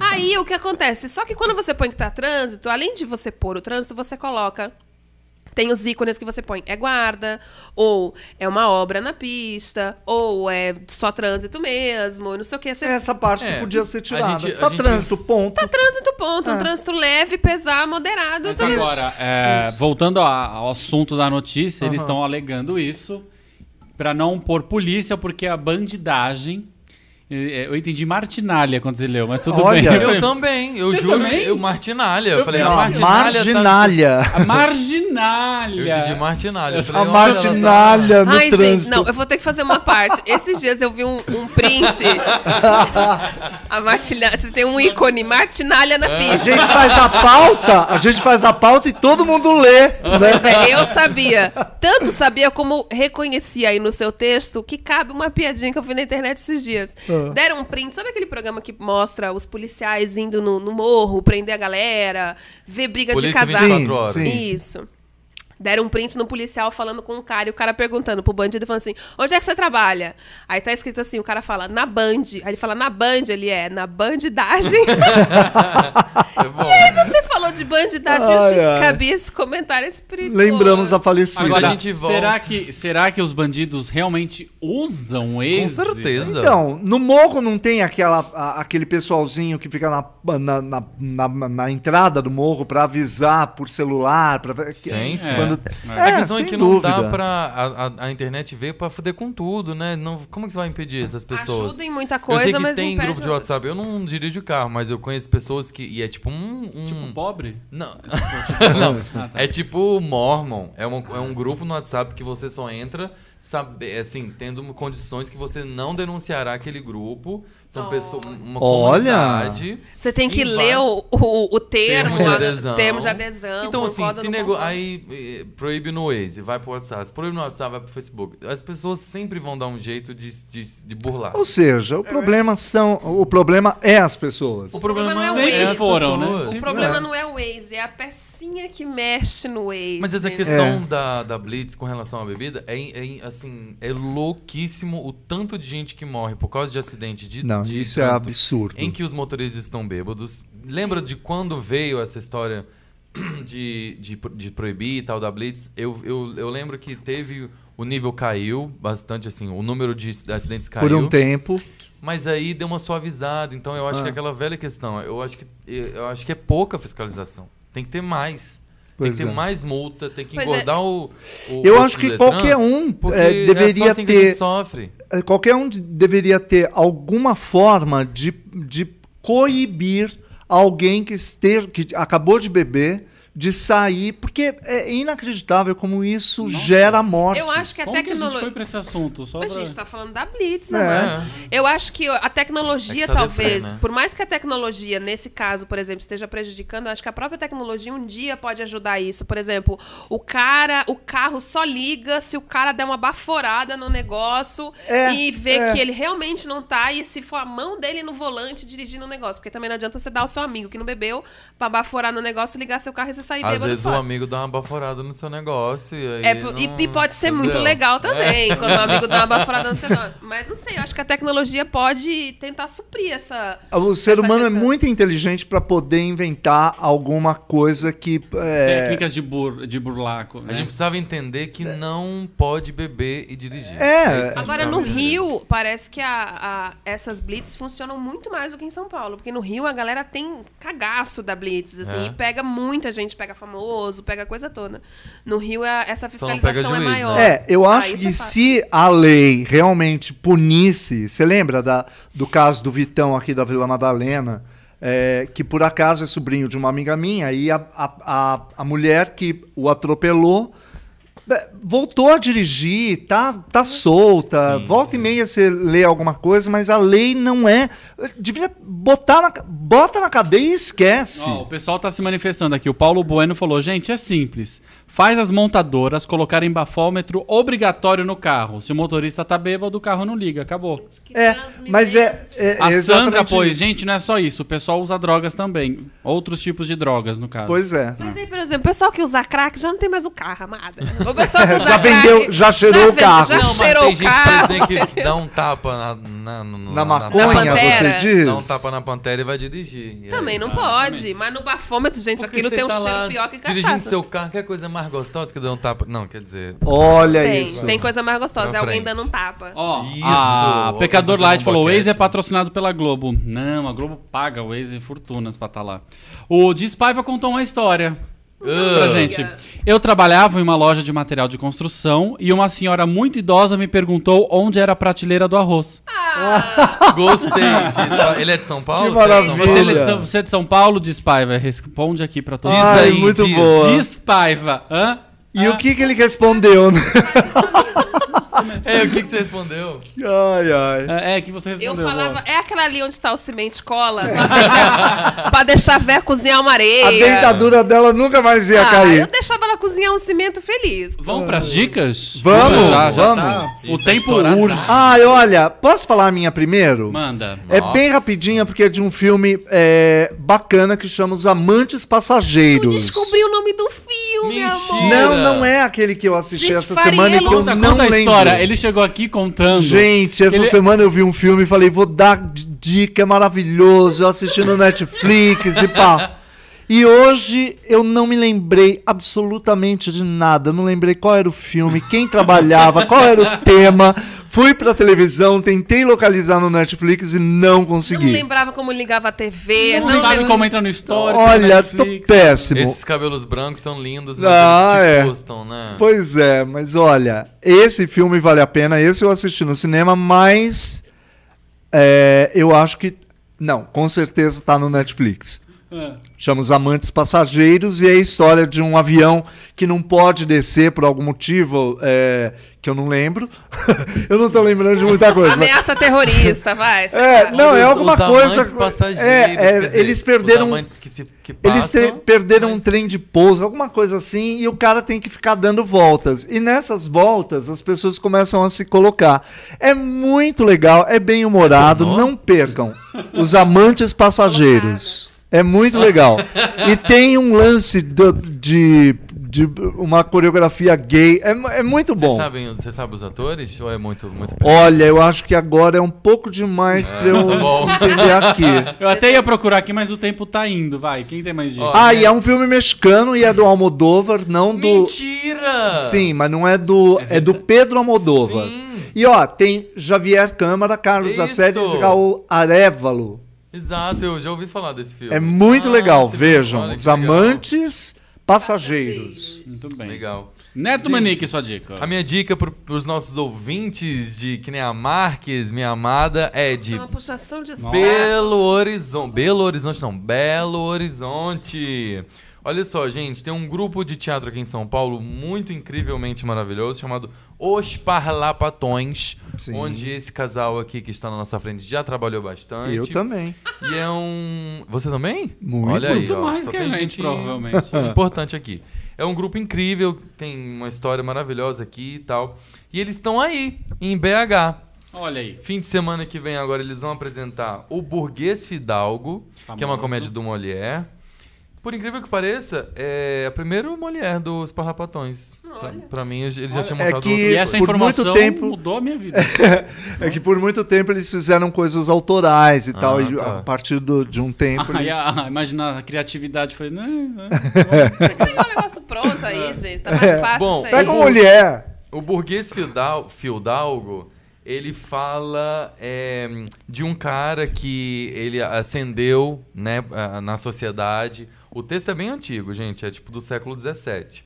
[SPEAKER 4] Aí o que acontece? Só que quando você põe que tá trânsito, além de você pôr o trânsito, você coloca tem os ícones que você põe. É guarda, ou é uma obra na pista, ou é só trânsito mesmo, não sei o que. Você...
[SPEAKER 5] Essa parte
[SPEAKER 3] É,
[SPEAKER 5] que podia ser
[SPEAKER 3] a
[SPEAKER 5] tirada.
[SPEAKER 3] gente- a
[SPEAKER 5] tá
[SPEAKER 3] gente-
[SPEAKER 5] trânsito, ponto.
[SPEAKER 4] Tá trânsito, ponto. Um trânsito leve, pesar, moderado.
[SPEAKER 6] Mas
[SPEAKER 4] tá-
[SPEAKER 6] agora, é, voltando a- ao assunto da notícia, eles
[SPEAKER 5] Aham.
[SPEAKER 6] estão alegando isso pra não pôr polícia, porque a bandidagem. eh, eh, Eu entendi martinalha quando você leu, mas tudo
[SPEAKER 5] Olha.
[SPEAKER 6] bem.
[SPEAKER 3] Eu também, eu
[SPEAKER 6] Você
[SPEAKER 3] juro.
[SPEAKER 6] também?
[SPEAKER 3] Eu, Martinalha. Eu falei,
[SPEAKER 5] Não,
[SPEAKER 3] a
[SPEAKER 5] a
[SPEAKER 3] Martinalha. tá-
[SPEAKER 5] marginalha.
[SPEAKER 6] A
[SPEAKER 3] Eu
[SPEAKER 6] marginalha.
[SPEAKER 3] entendi Martinalha. Eu falei,
[SPEAKER 5] A
[SPEAKER 3] olha, ela tá-
[SPEAKER 5] marginalha no
[SPEAKER 4] Ai, gente,
[SPEAKER 5] trânsito.
[SPEAKER 4] não, eu vou ter que fazer uma parte. Esses dias eu vi um, um print. a martinalha. Você tem um ícone, martinalha na
[SPEAKER 5] A
[SPEAKER 4] pista.
[SPEAKER 5] gente faz a pauta, a gente faz a pauta e todo mundo lê. né?
[SPEAKER 4] Pois é, eu sabia. Tanto sabia como reconheci aí no seu texto que cabe uma piadinha que eu vi na internet esses dias.
[SPEAKER 5] Ah.
[SPEAKER 4] Deram um print, sabe aquele programa que mostra os policiais indo no, no morro, prender a galera, ver briga de
[SPEAKER 3] Polícia
[SPEAKER 4] casal?
[SPEAKER 3] 24 horas.
[SPEAKER 5] Sim.
[SPEAKER 4] Isso. Deram um print no policial falando com um cara e o cara perguntando pro bandido, falando assim: onde é que você trabalha? Aí tá escrito assim: o cara fala, na Band. Aí ele fala, na Band, ele é, na bandidagem.
[SPEAKER 3] É bom.
[SPEAKER 4] você falou de bandidagem, eu achei
[SPEAKER 5] Ai, ai.
[SPEAKER 4] que cabia esse comentário espirituoso.
[SPEAKER 5] Lembramos a falecida.
[SPEAKER 6] Agora,
[SPEAKER 3] a gente volta.
[SPEAKER 6] será, que, será que os bandidos realmente usam esse?
[SPEAKER 3] Com certeza.
[SPEAKER 5] Então, no morro não tem aquela, a- aquele pessoalzinho que fica na, na, na, na- na entrada do morro pra avisar por celular. Pra...
[SPEAKER 3] Tem, sim.
[SPEAKER 5] Quando-
[SPEAKER 3] A
[SPEAKER 5] É,
[SPEAKER 3] questão é
[SPEAKER 5] sem
[SPEAKER 3] que não dá
[SPEAKER 5] dúvida.
[SPEAKER 3] pra. A, a- a internet veio pra fuder com tudo, né? Não, como que você vai impedir essas pessoas?
[SPEAKER 4] Ajuda em muita
[SPEAKER 3] eu sei
[SPEAKER 4] coisa,
[SPEAKER 3] que
[SPEAKER 4] mas
[SPEAKER 3] tem
[SPEAKER 4] impede
[SPEAKER 3] grupo de
[SPEAKER 4] outra.
[SPEAKER 3] WhatsApp. Eu não dirijo carro, mas eu conheço pessoas que. E é tipo um. um-
[SPEAKER 6] Tipo, pobre?
[SPEAKER 3] Não.
[SPEAKER 6] Não. Ah, tá.
[SPEAKER 3] É tipo Mormon. É, uma- é um grupo no WhatsApp que você só entra saber, assim, tendo condições que você não denunciará aquele grupo. São
[SPEAKER 4] Oh.
[SPEAKER 3] pessoas, um, uma
[SPEAKER 5] Olha!
[SPEAKER 3] comunidade.
[SPEAKER 4] Você tem que
[SPEAKER 3] E vai-
[SPEAKER 4] ler o, o, o termo,
[SPEAKER 3] Termo de
[SPEAKER 4] a-
[SPEAKER 3] adesão.
[SPEAKER 4] termo de adesão,
[SPEAKER 3] Então, assim,
[SPEAKER 4] concorda,
[SPEAKER 3] se
[SPEAKER 4] não
[SPEAKER 3] nego...
[SPEAKER 4] concorda.
[SPEAKER 3] aí eh, proíbe no Waze, vai pro WhatsApp. Se proíbe no WhatsApp, vai pro Facebook. As pessoas sempre vão dar um jeito de, de, de burlar.
[SPEAKER 5] Ou seja, o problema são. O problema é as pessoas.
[SPEAKER 4] problema não é o
[SPEAKER 3] sempre
[SPEAKER 4] Waze.
[SPEAKER 3] as
[SPEAKER 6] Foram, né?
[SPEAKER 3] pessoas.
[SPEAKER 4] O problema não é o Waze, é a pecinha que mexe no Waze.
[SPEAKER 3] Mas essa é questão
[SPEAKER 5] É.
[SPEAKER 3] da, da Blitz com relação à bebida é, é, assim, é louquíssimo o tanto de gente que morre por causa de acidente de
[SPEAKER 5] Não,
[SPEAKER 3] de
[SPEAKER 5] isso é
[SPEAKER 3] trânsito
[SPEAKER 5] absurdo.
[SPEAKER 3] Em que os motoristas estão bêbados. Lembra de quando veio essa história de, de, de proibir e tal da Blitz? Eu, eu, eu lembro que teve. O nível caiu bastante, assim, o número de acidentes caiu.
[SPEAKER 5] Por um tempo.
[SPEAKER 3] Mas aí deu uma suavizada, então eu acho
[SPEAKER 5] Ah.
[SPEAKER 3] que é aquela velha questão. Eu acho que eu acho que é pouca fiscalização. Tem que ter mais.
[SPEAKER 5] Pois
[SPEAKER 3] tem que
[SPEAKER 5] é.
[SPEAKER 3] ter mais multa, tem que
[SPEAKER 4] Pois é.
[SPEAKER 3] engordar o, o-
[SPEAKER 5] Eu
[SPEAKER 3] o
[SPEAKER 5] acho que
[SPEAKER 3] Detran,
[SPEAKER 5] qualquer um,
[SPEAKER 3] porque
[SPEAKER 5] eh,
[SPEAKER 3] é
[SPEAKER 5] deveria
[SPEAKER 3] só assim Que a
[SPEAKER 5] ter-
[SPEAKER 3] gente sofre.
[SPEAKER 5] Eh, Qualquer um de- deveria ter alguma forma de, de coibir alguém que, esteja, que acabou de beber de sair, porque é inacreditável como isso gera morte.
[SPEAKER 4] Eu acho que a
[SPEAKER 6] Como que a gente foi
[SPEAKER 4] tecnologia...
[SPEAKER 6] pra esse assunto? Só
[SPEAKER 4] a
[SPEAKER 6] pra-
[SPEAKER 4] gente tá falando da Blitz,
[SPEAKER 5] É.
[SPEAKER 4] né?
[SPEAKER 3] É.
[SPEAKER 4] Eu acho que a
[SPEAKER 3] É
[SPEAKER 4] tecnologia,
[SPEAKER 3] que tá
[SPEAKER 4] talvez,
[SPEAKER 3] deprê, né?
[SPEAKER 4] por mais que a tecnologia, nesse caso, por exemplo, esteja prejudicando, eu acho que a própria tecnologia um dia pode ajudar isso. Por exemplo, o cara, o carro só liga se o cara der uma baforada no negócio
[SPEAKER 5] É,
[SPEAKER 4] e ver
[SPEAKER 5] é.
[SPEAKER 4] que ele realmente não tá, e se for a mão dele no volante dirigindo o negócio. Porque também não adianta você dar ao seu amigo que não bebeu pra baforar no negócio, ligar seu carro e você sair
[SPEAKER 3] Às
[SPEAKER 4] bêbado
[SPEAKER 3] vezes
[SPEAKER 4] fora.
[SPEAKER 3] o amigo dá uma baforada no seu negócio e aí
[SPEAKER 4] É, po- e,
[SPEAKER 3] não-
[SPEAKER 4] e pode ser muito
[SPEAKER 3] entendeu? É.
[SPEAKER 4] legal também, quando um amigo dá uma baforada no seu negócio. Mas não sei, eu acho que a tecnologia pode tentar suprir essa.
[SPEAKER 5] O ser
[SPEAKER 4] essa
[SPEAKER 5] humano é
[SPEAKER 4] questão.
[SPEAKER 5] muito inteligente para poder inventar alguma coisa que. É,
[SPEAKER 6] Técnicas de, bur... de burlaco.
[SPEAKER 3] A
[SPEAKER 6] Né?
[SPEAKER 3] gente precisava entender que não pode beber e dirigir.
[SPEAKER 5] É.
[SPEAKER 3] isso que a gente
[SPEAKER 4] Agora, no
[SPEAKER 3] precisava entender.
[SPEAKER 4] Rio, parece que a- a- essas blitz funcionam muito mais do que em São Paulo. Porque no Rio a galera tem cagaço da blitz, assim,
[SPEAKER 3] É.
[SPEAKER 4] e pega muita gente, pega famoso, pega coisa toda. No Rio, a- essa
[SPEAKER 3] Só não pega
[SPEAKER 4] fiscalização é
[SPEAKER 3] juiz, né?
[SPEAKER 4] maior.
[SPEAKER 5] é, eu
[SPEAKER 4] Ah,
[SPEAKER 5] acho
[SPEAKER 4] isso
[SPEAKER 5] que
[SPEAKER 4] é fato.
[SPEAKER 5] se a lei realmente punisse. Você lembra da- do caso do Vitão aqui da Vila Madalena? É, que por acaso é sobrinho de uma amiga minha, e a, a, a, a mulher que o atropelou é, voltou a dirigir, tá, tá solta.
[SPEAKER 3] Sim,
[SPEAKER 5] Volta e meia você lê alguma coisa, mas a lei não é. Devia botar na, bota na cadeia e esquece.
[SPEAKER 6] Ó, o pessoal tá se manifestando aqui. O Paulo Bueno falou: gente, é simples. Faz as montadoras colocarem bafômetro obrigatório no carro. Se o motorista tá bêbado, o carro não liga. Acabou.
[SPEAKER 5] É, mas é. é
[SPEAKER 6] A Sandra,
[SPEAKER 5] exatamente
[SPEAKER 6] pois,
[SPEAKER 5] isso.
[SPEAKER 6] gente, não é só isso. O pessoal usa drogas também. Outros tipos de drogas, no caso.
[SPEAKER 5] Pois é.
[SPEAKER 4] Mas aí, por exemplo, o pessoal que usa crack já não tem mais o carro, amada. O pessoal que usa
[SPEAKER 5] Já
[SPEAKER 4] crack-
[SPEAKER 5] vendeu, já cheirou o
[SPEAKER 4] vende-
[SPEAKER 5] carro.
[SPEAKER 4] Já
[SPEAKER 3] Não, mas
[SPEAKER 4] cheirou
[SPEAKER 3] tem
[SPEAKER 4] o
[SPEAKER 3] gente pra
[SPEAKER 4] carro.
[SPEAKER 3] dizer que dá um tapa na, na, no-
[SPEAKER 5] Na
[SPEAKER 4] Na
[SPEAKER 5] maconha,
[SPEAKER 4] Pantera.
[SPEAKER 5] você diz?
[SPEAKER 3] Dá um tapa na pantera e vai dirigir. E aí-
[SPEAKER 4] Também não
[SPEAKER 6] Ah,
[SPEAKER 4] pode.
[SPEAKER 6] também.
[SPEAKER 4] Mas no bafômetro, gente,
[SPEAKER 3] Porque
[SPEAKER 4] aquilo
[SPEAKER 3] você
[SPEAKER 4] tem um
[SPEAKER 3] tá
[SPEAKER 4] cheiro
[SPEAKER 3] lá
[SPEAKER 4] pior que cachaça.
[SPEAKER 3] Dirigindo seu carro, que é coisa mais gostosa que dar um tapa. Não, quer dizer.
[SPEAKER 5] Olha
[SPEAKER 4] tem,
[SPEAKER 5] isso.
[SPEAKER 4] tem coisa mais gostosa.
[SPEAKER 3] Pra
[SPEAKER 4] É alguém
[SPEAKER 3] frente.
[SPEAKER 4] dando um tapa.
[SPEAKER 6] Ó,
[SPEAKER 3] Isso.
[SPEAKER 6] a
[SPEAKER 3] Ó,
[SPEAKER 6] Pecador
[SPEAKER 3] quem tá fazendo
[SPEAKER 6] Light falou: o Waze
[SPEAKER 3] boquete,
[SPEAKER 6] é
[SPEAKER 3] né?
[SPEAKER 6] patrocinado pela Globo. Não, a Globo paga o Waze fortunas pra estar lá. O Dispaiva contou uma história. Pra gente. Eu trabalhava em uma loja de material de construção e uma senhora muito idosa me perguntou onde era a prateleira do arroz.
[SPEAKER 5] Ah,
[SPEAKER 3] Gostei disso. Ele é de São Paulo?
[SPEAKER 5] Que
[SPEAKER 3] Você é de São
[SPEAKER 5] maravilha.
[SPEAKER 6] Você,
[SPEAKER 3] Paulo?
[SPEAKER 6] é de São- você é de São Paulo, Dispaiva? Responde aqui pra todos.
[SPEAKER 3] Diz
[SPEAKER 5] Ai,
[SPEAKER 3] aí,
[SPEAKER 5] muito
[SPEAKER 3] diz.
[SPEAKER 5] boa.
[SPEAKER 6] Dispaiva, hã?
[SPEAKER 5] E
[SPEAKER 6] Hã?
[SPEAKER 5] o que, que ele respondeu? né?
[SPEAKER 3] É, o que, que você respondeu?
[SPEAKER 5] ai, ai.
[SPEAKER 6] É, é, que você
[SPEAKER 4] Eu
[SPEAKER 6] respondeu.
[SPEAKER 4] falava,
[SPEAKER 6] Bola.
[SPEAKER 4] é aquela ali onde tá o cimento cola? Pra deixar- pra deixar a véia cozinhar uma
[SPEAKER 5] A
[SPEAKER 4] areia.
[SPEAKER 3] ah.
[SPEAKER 5] dentadura dela nunca mais ia
[SPEAKER 4] Ah, eu
[SPEAKER 5] cair.
[SPEAKER 4] deixava ela cozinhar um cimento feliz.
[SPEAKER 6] Vamos pras dicas?
[SPEAKER 5] Vamos,
[SPEAKER 6] Já- já tá-
[SPEAKER 5] vamos.
[SPEAKER 6] O
[SPEAKER 3] Tá
[SPEAKER 6] tempo
[SPEAKER 3] estouradaço.
[SPEAKER 6] urge.
[SPEAKER 5] Ai, olha, posso falar a minha primeiro?
[SPEAKER 6] Manda.
[SPEAKER 5] É
[SPEAKER 3] Nossa.
[SPEAKER 5] bem rapidinha, porque é de um filme é, bacana que chama Os Amantes Passageiros.
[SPEAKER 4] Eu descobri um o nome do filme,
[SPEAKER 3] Mentira.
[SPEAKER 4] amor.
[SPEAKER 5] Não, não é aquele que eu assisti
[SPEAKER 4] Gente,
[SPEAKER 5] essa semana e que eu
[SPEAKER 6] Conta,
[SPEAKER 5] não
[SPEAKER 6] conta a
[SPEAKER 5] lembro.
[SPEAKER 6] história. Ele chegou aqui contando.
[SPEAKER 5] Gente, essa
[SPEAKER 6] Ele-
[SPEAKER 5] semana eu vi um filme e falei, vou dar d- dica, é maravilhoso, eu assisti no Netflix e pá. E hoje eu não me lembrei absolutamente de nada, não lembrei qual era o filme, quem trabalhava, qual era o tema. Fui pra televisão, tentei localizar no Netflix e não
[SPEAKER 4] Não
[SPEAKER 5] consegui.
[SPEAKER 4] lembrava como ligava a TV.
[SPEAKER 6] Não
[SPEAKER 4] Não,
[SPEAKER 6] sabe
[SPEAKER 4] lembra-
[SPEAKER 6] como é entra no histórico.
[SPEAKER 5] Olha,
[SPEAKER 6] no
[SPEAKER 5] tô
[SPEAKER 6] Netflix.
[SPEAKER 5] péssimo.
[SPEAKER 3] Esses cabelos brancos são lindos, mas
[SPEAKER 5] Tipo, Ah,
[SPEAKER 3] eles
[SPEAKER 5] é.
[SPEAKER 3] te custam, né?
[SPEAKER 5] Pois é, mas olha, esse filme vale a pena, esse eu assisti no cinema, mas é, eu acho que. Não, com certeza tá no Netflix. Chama os amantes passageiros e é a história de um avião que não pode descer por algum motivo é, que eu não lembro. eu não tô lembrando de muita coisa. mas-
[SPEAKER 4] Ameaça terrorista, vai. sei
[SPEAKER 5] É,
[SPEAKER 4] lá.
[SPEAKER 5] não, é
[SPEAKER 3] Os-
[SPEAKER 5] alguma
[SPEAKER 3] os amantes
[SPEAKER 5] coisa.
[SPEAKER 3] Passageiros,
[SPEAKER 5] é, é,
[SPEAKER 3] quer dizer,
[SPEAKER 5] eles perderam.
[SPEAKER 3] Os amantes que se, que
[SPEAKER 5] Eles te-
[SPEAKER 3] passam,
[SPEAKER 5] perderam
[SPEAKER 3] mas-
[SPEAKER 5] um trem de pouso, alguma coisa assim, e o cara tem que ficar dando voltas. E nessas voltas, as pessoas começam a se colocar. É muito legal, é bem humorado,
[SPEAKER 3] Pornô?
[SPEAKER 5] não percam. Os amantes passageiros. É muito legal. E tem um lance do- de, de uma coreografia gay. É, mu- é muito
[SPEAKER 3] Vocês
[SPEAKER 5] bom.
[SPEAKER 3] sabem, você sabe os atores? Ou é muito, muito
[SPEAKER 5] Olha, eu acho que agora é um pouco demais pra eu
[SPEAKER 3] tá bom.
[SPEAKER 5] entender aqui.
[SPEAKER 6] Eu até ia procurar aqui, mas o tempo tá indo, vai. Quem tem mais dica?
[SPEAKER 3] Ó.
[SPEAKER 5] Ah, e é um filme mexicano e é do Almodóvar, não do.
[SPEAKER 3] Mentira!
[SPEAKER 5] Sim, mas não é do. É, do Pedro Almodóvar.
[SPEAKER 3] Sim.
[SPEAKER 5] E ó, tem Javier Câmara, Carlos
[SPEAKER 3] Isso.
[SPEAKER 5] Assede e Raul Arevalo.
[SPEAKER 3] Exato, eu já ouvi falar desse filme.
[SPEAKER 5] É muito
[SPEAKER 3] Ah,
[SPEAKER 5] legal,
[SPEAKER 3] esse filme,
[SPEAKER 5] vejam.
[SPEAKER 3] olha que
[SPEAKER 5] Os
[SPEAKER 3] legal.
[SPEAKER 5] amantes passageiros.
[SPEAKER 6] Muito bem.
[SPEAKER 3] Legal.
[SPEAKER 6] Neto Manique, sua dica.
[SPEAKER 3] A minha dica pro, pros nossos ouvintes de que nem a Marques, minha amada, é de
[SPEAKER 4] Uma puxação de saco.
[SPEAKER 3] Belo Horizonte. Belo Horizonte, não. Belo Horizonte. Olha só, gente, tem um grupo de teatro aqui em São Paulo muito incrivelmente maravilhoso chamado Os Parlapatões,
[SPEAKER 5] Sim.
[SPEAKER 3] onde esse casal aqui que está na nossa frente já trabalhou bastante.
[SPEAKER 5] E eu também.
[SPEAKER 3] E é um. Você também?
[SPEAKER 5] Muito.
[SPEAKER 3] Olha aí,
[SPEAKER 6] Muito
[SPEAKER 3] ó,
[SPEAKER 6] mais
[SPEAKER 3] só
[SPEAKER 6] que a
[SPEAKER 3] tem
[SPEAKER 6] gente, provavelmente.
[SPEAKER 5] Ah.
[SPEAKER 3] importante aqui. É um grupo incrível, tem uma história maravilhosa aqui e tal. E eles estão aí, em BH.
[SPEAKER 6] Olha aí.
[SPEAKER 3] Fim de semana que vem agora eles vão apresentar O Burguês Fidalgo, que é uma
[SPEAKER 6] Famoso.
[SPEAKER 3] comédia do Molière. Por incrível que pareça, é o primeiro Molière dos Parlapatões. Pra, pra mim, eles já tinham
[SPEAKER 5] É
[SPEAKER 3] montado
[SPEAKER 5] que-
[SPEAKER 3] outro
[SPEAKER 6] E essa
[SPEAKER 5] Por
[SPEAKER 6] informação
[SPEAKER 5] muito tempo-
[SPEAKER 6] mudou a minha vida.
[SPEAKER 5] É que por muito tempo eles fizeram coisas autorais e tal. E
[SPEAKER 3] tá. Ah,
[SPEAKER 5] a partir do- de um tempo.
[SPEAKER 6] Aí,
[SPEAKER 5] eles...
[SPEAKER 6] a, imagina a criatividade foi. né, né.
[SPEAKER 4] Pegar um negócio pronto aí, gente. Tá mais fácil
[SPEAKER 3] Bom,
[SPEAKER 4] isso aí.
[SPEAKER 5] É. Pega um
[SPEAKER 3] o-
[SPEAKER 5] uma mulher.
[SPEAKER 3] O burguês Fildal- Fildalgo, ele fala é, de um cara que ele ascendeu né, a- na sociedade. O texto é bem antigo, gente, é tipo do século XVII.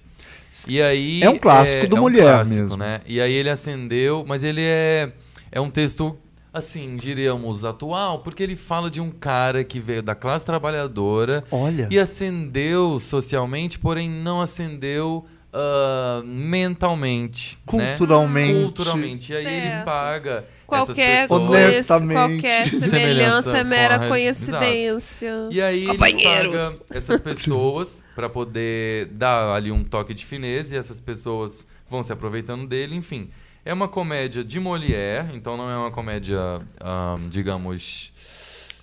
[SPEAKER 3] E aí,
[SPEAKER 5] É um clássico do Molière mesmo.
[SPEAKER 3] Né? E aí ele ascendeu, mas ele é, é um texto, assim, diríamos, atual, porque ele fala de um cara que veio da classe trabalhadora
[SPEAKER 5] Olha.
[SPEAKER 3] e ascendeu socialmente, porém não ascendeu ah, mentalmente. né?
[SPEAKER 5] Culturalmente.
[SPEAKER 3] Culturalmente. E aí ele
[SPEAKER 4] Certo.
[SPEAKER 3] paga
[SPEAKER 4] Qualquer,
[SPEAKER 3] essas pessoas.
[SPEAKER 5] Honesta-
[SPEAKER 4] conhec- qualquer
[SPEAKER 5] Honestamente.
[SPEAKER 4] semelhança é mera
[SPEAKER 3] Corre-
[SPEAKER 4] coincidência.
[SPEAKER 3] E aí ele
[SPEAKER 4] Companheiros.
[SPEAKER 3] paga essas pessoas pra poder dar ali um toque de finesse e essas pessoas vão se aproveitando dele, enfim. É uma comédia de Molière, então não é uma comédia, ah, digamos,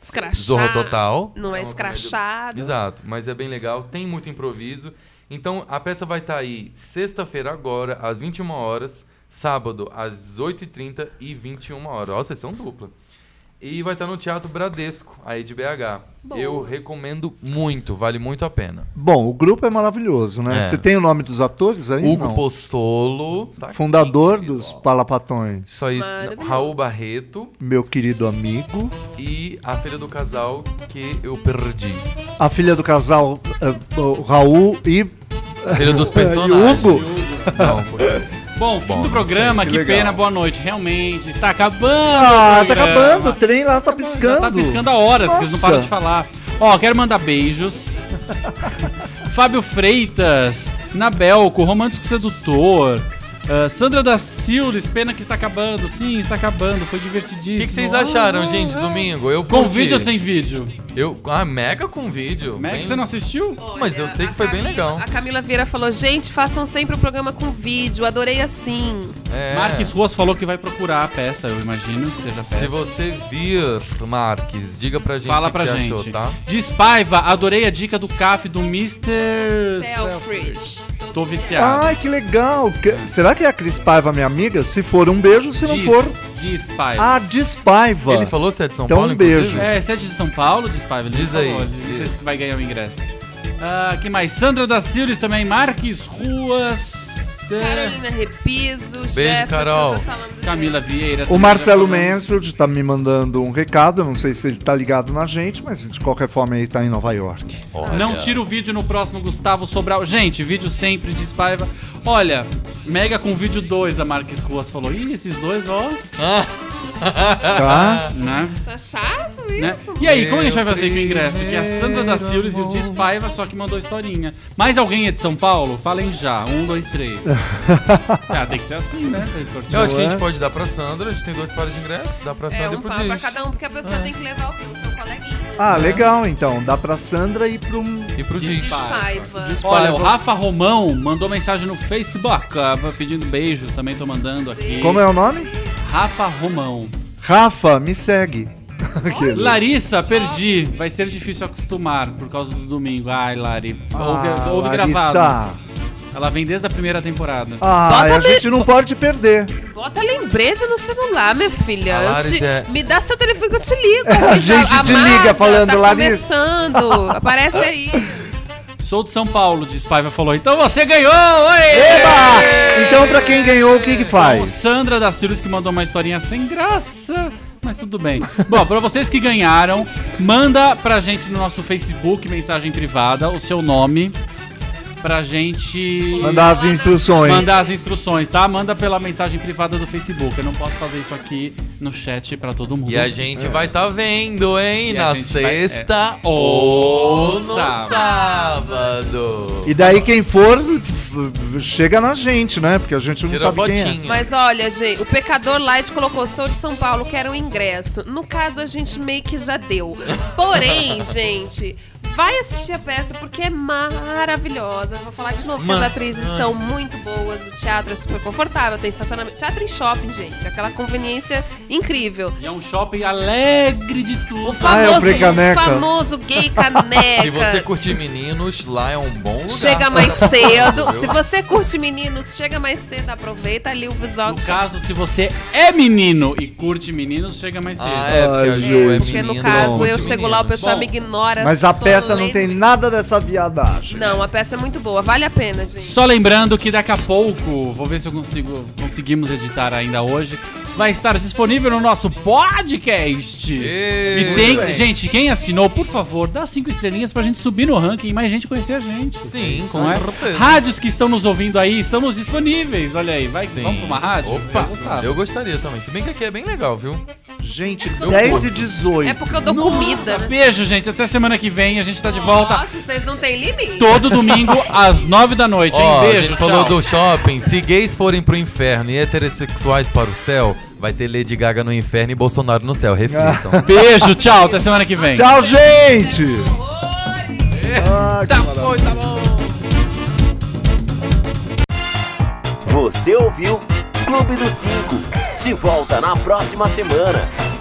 [SPEAKER 4] Escrachado.
[SPEAKER 3] zorra é total.
[SPEAKER 4] Não é
[SPEAKER 3] uma
[SPEAKER 4] escrachado.
[SPEAKER 3] comédia- Exato, mas é bem legal, tem muito improviso. Então a peça vai estar aí sexta-feira agora, às 21 horas, sábado às 18h30 e 21 horas. Ó, sessão dupla. E vai estar no Teatro Bradesco, aí de BH.
[SPEAKER 4] Boa.
[SPEAKER 3] Eu recomendo muito, vale muito a pena.
[SPEAKER 5] Bom, o grupo é maravilhoso, né?
[SPEAKER 3] É.
[SPEAKER 5] Você tem o nome dos atores aí?
[SPEAKER 3] Hugo
[SPEAKER 5] Não.
[SPEAKER 3] Pozzolo, tá aqui,
[SPEAKER 5] Fundador
[SPEAKER 3] querido,
[SPEAKER 5] dos
[SPEAKER 3] ó.
[SPEAKER 5] Palapatões.
[SPEAKER 3] Só isso.
[SPEAKER 4] Maravilhoso.
[SPEAKER 3] Raul Barreto
[SPEAKER 5] Meu querido amigo.
[SPEAKER 3] e a filha do casal que eu perdi.
[SPEAKER 5] A filha do casal, eh, o Raul e
[SPEAKER 3] A filha dos
[SPEAKER 5] É, e o
[SPEAKER 3] personagens.
[SPEAKER 5] Hugo?
[SPEAKER 3] Não, foi.
[SPEAKER 6] Bom, fim
[SPEAKER 3] Bom,
[SPEAKER 6] do
[SPEAKER 3] não
[SPEAKER 6] programa,
[SPEAKER 5] sei,
[SPEAKER 6] que,
[SPEAKER 5] que legal.
[SPEAKER 6] pena, boa noite. Realmente, está acabando. o
[SPEAKER 5] Ah, tá
[SPEAKER 6] programa.
[SPEAKER 5] acabando, o trem lá
[SPEAKER 6] é.
[SPEAKER 5] tá
[SPEAKER 6] Já
[SPEAKER 5] piscando.
[SPEAKER 6] tá piscando há horas, que eles não
[SPEAKER 5] Nossa.
[SPEAKER 6] param de falar. Ó, quero mandar beijos. Fábio Freitas, Nabelco, Romântico Sedutor. ah, Sandra da Silves, pena que está acabando. Sim, está acabando, foi
[SPEAKER 3] O
[SPEAKER 6] divertidíssimo.
[SPEAKER 3] que, que vocês acharam,
[SPEAKER 6] Ah,
[SPEAKER 3] gente,
[SPEAKER 4] Uhum.
[SPEAKER 6] ah.
[SPEAKER 3] domingo? Eu
[SPEAKER 6] Com
[SPEAKER 3] curti.
[SPEAKER 6] vídeo ou sem vídeo?
[SPEAKER 3] Eu, ah, mega com vídeo.
[SPEAKER 6] Como é que
[SPEAKER 3] Bem-
[SPEAKER 6] você não assistiu?
[SPEAKER 4] Olha,
[SPEAKER 3] Mas eu sei que
[SPEAKER 4] a
[SPEAKER 3] foi bem
[SPEAKER 4] Camila-
[SPEAKER 3] legal.
[SPEAKER 4] A Camila Vieira falou: gente, façam sempre o programa com vídeo, adorei assim.
[SPEAKER 3] É.
[SPEAKER 6] Marques Ruas falou que vai procurar a peça, eu imagino que seja a peça.
[SPEAKER 3] Se você vir, Marques, diga pra gente
[SPEAKER 6] Fala
[SPEAKER 3] o que
[SPEAKER 6] pra
[SPEAKER 3] você
[SPEAKER 6] gente.
[SPEAKER 3] achou, tá?
[SPEAKER 6] Diz Paiva, adorei a dica do CAF do Mr.
[SPEAKER 4] Selfridge.
[SPEAKER 6] Tô viciado.
[SPEAKER 5] Ai, que legal. Que- Será que é a Cris Paiva, minha amiga? Se for, um beijo. Se não
[SPEAKER 6] Diz-
[SPEAKER 5] for,
[SPEAKER 6] Diz Paiva.
[SPEAKER 5] a Despaiva.
[SPEAKER 3] Ele falou se é de São
[SPEAKER 5] Então,
[SPEAKER 3] Paulo,
[SPEAKER 5] um beijo.
[SPEAKER 3] inclusive?
[SPEAKER 6] É, sete de São Paulo, diz Paiva. ele
[SPEAKER 3] Diz
[SPEAKER 6] falou,
[SPEAKER 3] aí,
[SPEAKER 6] ele- Não sei
[SPEAKER 3] diz.
[SPEAKER 6] se vai ganhar o ingresso. Ah, que mais? Sandra da Silves também, Marques Ruas. eh,
[SPEAKER 4] Carolina Repiso, Beijo,
[SPEAKER 3] Carol.
[SPEAKER 6] Camila Vieira.
[SPEAKER 5] O Marcelo
[SPEAKER 6] Mendes.
[SPEAKER 5] Mansfield tá me mandando um recado. Eu não sei se ele tá ligado na gente, mas de qualquer forma ele tá em Nova York.
[SPEAKER 6] Não tira o vídeo no próximo Gustavo Sobral. Gente, vídeo sempre de Spaiva. Olha, mega com vídeo 2, a Marques Ruas falou. Ih, esses dois, ó.
[SPEAKER 3] Ah,
[SPEAKER 5] Tá?
[SPEAKER 6] né?
[SPEAKER 4] Tá chato
[SPEAKER 6] né?
[SPEAKER 4] isso?
[SPEAKER 6] E aí, como a gente vai fazer com o ingresso? Que é a Sandra da Silves e o Dias Paiva, só que mandou historinha. Mais alguém é de São Paulo? Falem já. Um, dois, três. ah, tem que ser assim, né? Tem que
[SPEAKER 3] Eu
[SPEAKER 6] sortear.
[SPEAKER 3] acho que a gente
[SPEAKER 5] é?
[SPEAKER 3] pode dar pra Sandra, a gente tem dois pares de ingressos, dá pra
[SPEAKER 4] É
[SPEAKER 3] Sandra
[SPEAKER 4] um
[SPEAKER 3] e pro
[SPEAKER 4] pau pra
[SPEAKER 3] Diz.
[SPEAKER 4] cada um, porque a
[SPEAKER 6] Ah.
[SPEAKER 4] pessoa tem que levar o o seu coleguinha.
[SPEAKER 5] Ah, legal, então. Dá pra um Sandra e pro.
[SPEAKER 4] um.
[SPEAKER 3] E pro
[SPEAKER 6] Diz
[SPEAKER 3] Diz.
[SPEAKER 6] Paiva.
[SPEAKER 4] Despaiva.
[SPEAKER 6] Olha, o
[SPEAKER 5] Paiva.
[SPEAKER 6] Rafa Romão mandou mensagem no Facebook, ah, pedindo beijos, também tô mandando aqui.
[SPEAKER 5] Como é o nome?
[SPEAKER 6] Rafa Romão.
[SPEAKER 5] Rafa, me segue. Aquele.
[SPEAKER 6] Larissa, perdi. Vai ser difícil acostumar por causa do domingo. Ai, Lari. Ouve,
[SPEAKER 5] Ah,
[SPEAKER 6] ouve
[SPEAKER 5] Larissa.
[SPEAKER 6] gravado. Ela vem desde a primeira temporada.
[SPEAKER 5] Ah,
[SPEAKER 4] Bota
[SPEAKER 5] a
[SPEAKER 4] bem-
[SPEAKER 5] gente não pode perder.
[SPEAKER 4] Bota lembrete no celular, minha filha.
[SPEAKER 3] A
[SPEAKER 4] Eu
[SPEAKER 3] Larissa
[SPEAKER 4] te-
[SPEAKER 3] é-
[SPEAKER 4] Me dá seu telefone que eu te ligo.
[SPEAKER 5] A gente te liga falando,
[SPEAKER 4] tá
[SPEAKER 5] Larissa.
[SPEAKER 4] conversando. Aparece aí.
[SPEAKER 6] Sou de São Paulo, diz Paiva falou. Então você ganhou! Oi!
[SPEAKER 5] Eba! Então, pra quem ganhou, o que que
[SPEAKER 6] O
[SPEAKER 5] faz?
[SPEAKER 6] Então, Sandra da Sirius que mandou uma historinha sem graça, mas tudo bem. Bom, pra vocês que ganharam, manda pra gente no nosso Facebook, mensagem privada, o seu nome, pra gente
[SPEAKER 5] Mandar as instruções.
[SPEAKER 6] mandar as instruções, tá? Manda pela mensagem privada do Facebook. Eu não posso fazer isso aqui no chat pra todo mundo.
[SPEAKER 3] E a
[SPEAKER 5] É.
[SPEAKER 3] gente vai tá vendo, hein?
[SPEAKER 6] E a
[SPEAKER 3] na
[SPEAKER 6] gente vai-
[SPEAKER 3] sexta
[SPEAKER 6] é.
[SPEAKER 3] ou no
[SPEAKER 6] Sábado.
[SPEAKER 3] sábado.
[SPEAKER 5] E daí quem for, f- f- chega na gente, né? Porque a gente não
[SPEAKER 3] Tira
[SPEAKER 5] sabe quem é.
[SPEAKER 3] fotinha.
[SPEAKER 4] Mas olha, gente, o Pecador Light colocou, sou de São Paulo, quero um ingresso. No caso, a gente meio que já deu. Porém, gente, vai assistir a peça porque é maravilhosa. Vou falar de novo que as
[SPEAKER 3] Ma-
[SPEAKER 4] atrizes
[SPEAKER 3] ah.
[SPEAKER 4] são muito boas, o teatro é super confortável, tem estacionamento. Teatro em shopping, gente, aquela conveniência incrível.
[SPEAKER 6] E é um shopping alegre de tudo.
[SPEAKER 5] Ah, é o
[SPEAKER 4] Famoso,
[SPEAKER 5] Frei Caneca.
[SPEAKER 4] famoso gay caneca.
[SPEAKER 3] Se você curtir meninos, lá é um bom lugar.
[SPEAKER 4] Chega mais cedo.
[SPEAKER 3] Entendeu?
[SPEAKER 4] Se você curte meninos, chega mais cedo. Aproveita ali o visual
[SPEAKER 6] No
[SPEAKER 4] do
[SPEAKER 6] caso, se você é menino e curte meninos, chega mais cedo.
[SPEAKER 3] Ah, é, porque
[SPEAKER 5] Ai,
[SPEAKER 3] a Ju
[SPEAKER 5] gente.
[SPEAKER 3] é
[SPEAKER 4] Porque
[SPEAKER 3] menina.
[SPEAKER 4] no caso, eu
[SPEAKER 3] curte
[SPEAKER 4] chego lá, o
[SPEAKER 3] meninos.
[SPEAKER 4] pessoal
[SPEAKER 6] Bom,
[SPEAKER 4] me ignora.
[SPEAKER 5] Mas a peça não tem
[SPEAKER 4] solenemente.
[SPEAKER 5] nada dessa viadagem.
[SPEAKER 4] Não, a peça é muito boa. Vale a pena, gente.
[SPEAKER 6] Só lembrando que daqui a pouco, vou ver se eu consigo, conseguimos editar ainda hoje, vai estar disponível no nosso podcast.
[SPEAKER 3] Ê,
[SPEAKER 6] E tem,
[SPEAKER 3] muito bem.
[SPEAKER 6] gente, quem assinou, por favor, dá cinco estrelinhas pra gente subir no ranking e mais gente conhecer a gente.
[SPEAKER 3] Sim, com
[SPEAKER 6] Não é?
[SPEAKER 3] certeza.
[SPEAKER 6] Rádios que estão nos ouvindo aí, estamos disponíveis. Olha aí, vai,
[SPEAKER 3] Sim.
[SPEAKER 6] vamos pra uma rádio?
[SPEAKER 3] Opa,
[SPEAKER 6] Eu gostava.
[SPEAKER 3] eu gostaria também. Se bem que aqui é bem legal, viu?
[SPEAKER 5] Gente,
[SPEAKER 4] É Eu
[SPEAKER 5] 10
[SPEAKER 4] curto.
[SPEAKER 5] e 18.
[SPEAKER 4] É porque eu dou
[SPEAKER 6] Nossa,
[SPEAKER 4] comida, né?
[SPEAKER 6] Beijo, gente. Até semana que vem. A gente tá de volta
[SPEAKER 4] Nossa, vocês não têm limite.
[SPEAKER 6] todo domingo às nove da noite, hein?
[SPEAKER 3] Ó,
[SPEAKER 6] Beijo,
[SPEAKER 3] a gente
[SPEAKER 6] tchau.
[SPEAKER 3] falou do shopping. Se gays forem pro inferno e heterossexuais para o céu, vai ter Lady Gaga no inferno e Bolsonaro no céu. Reflitam.
[SPEAKER 6] Beijo, tchau. Até semana que vem.
[SPEAKER 5] Tchau,
[SPEAKER 4] É
[SPEAKER 5] gente!
[SPEAKER 4] Horrores.
[SPEAKER 5] Ah,
[SPEAKER 6] Tá
[SPEAKER 5] que maravilha.
[SPEAKER 2] Você ouviu Clube do 5. De volta na próxima semana.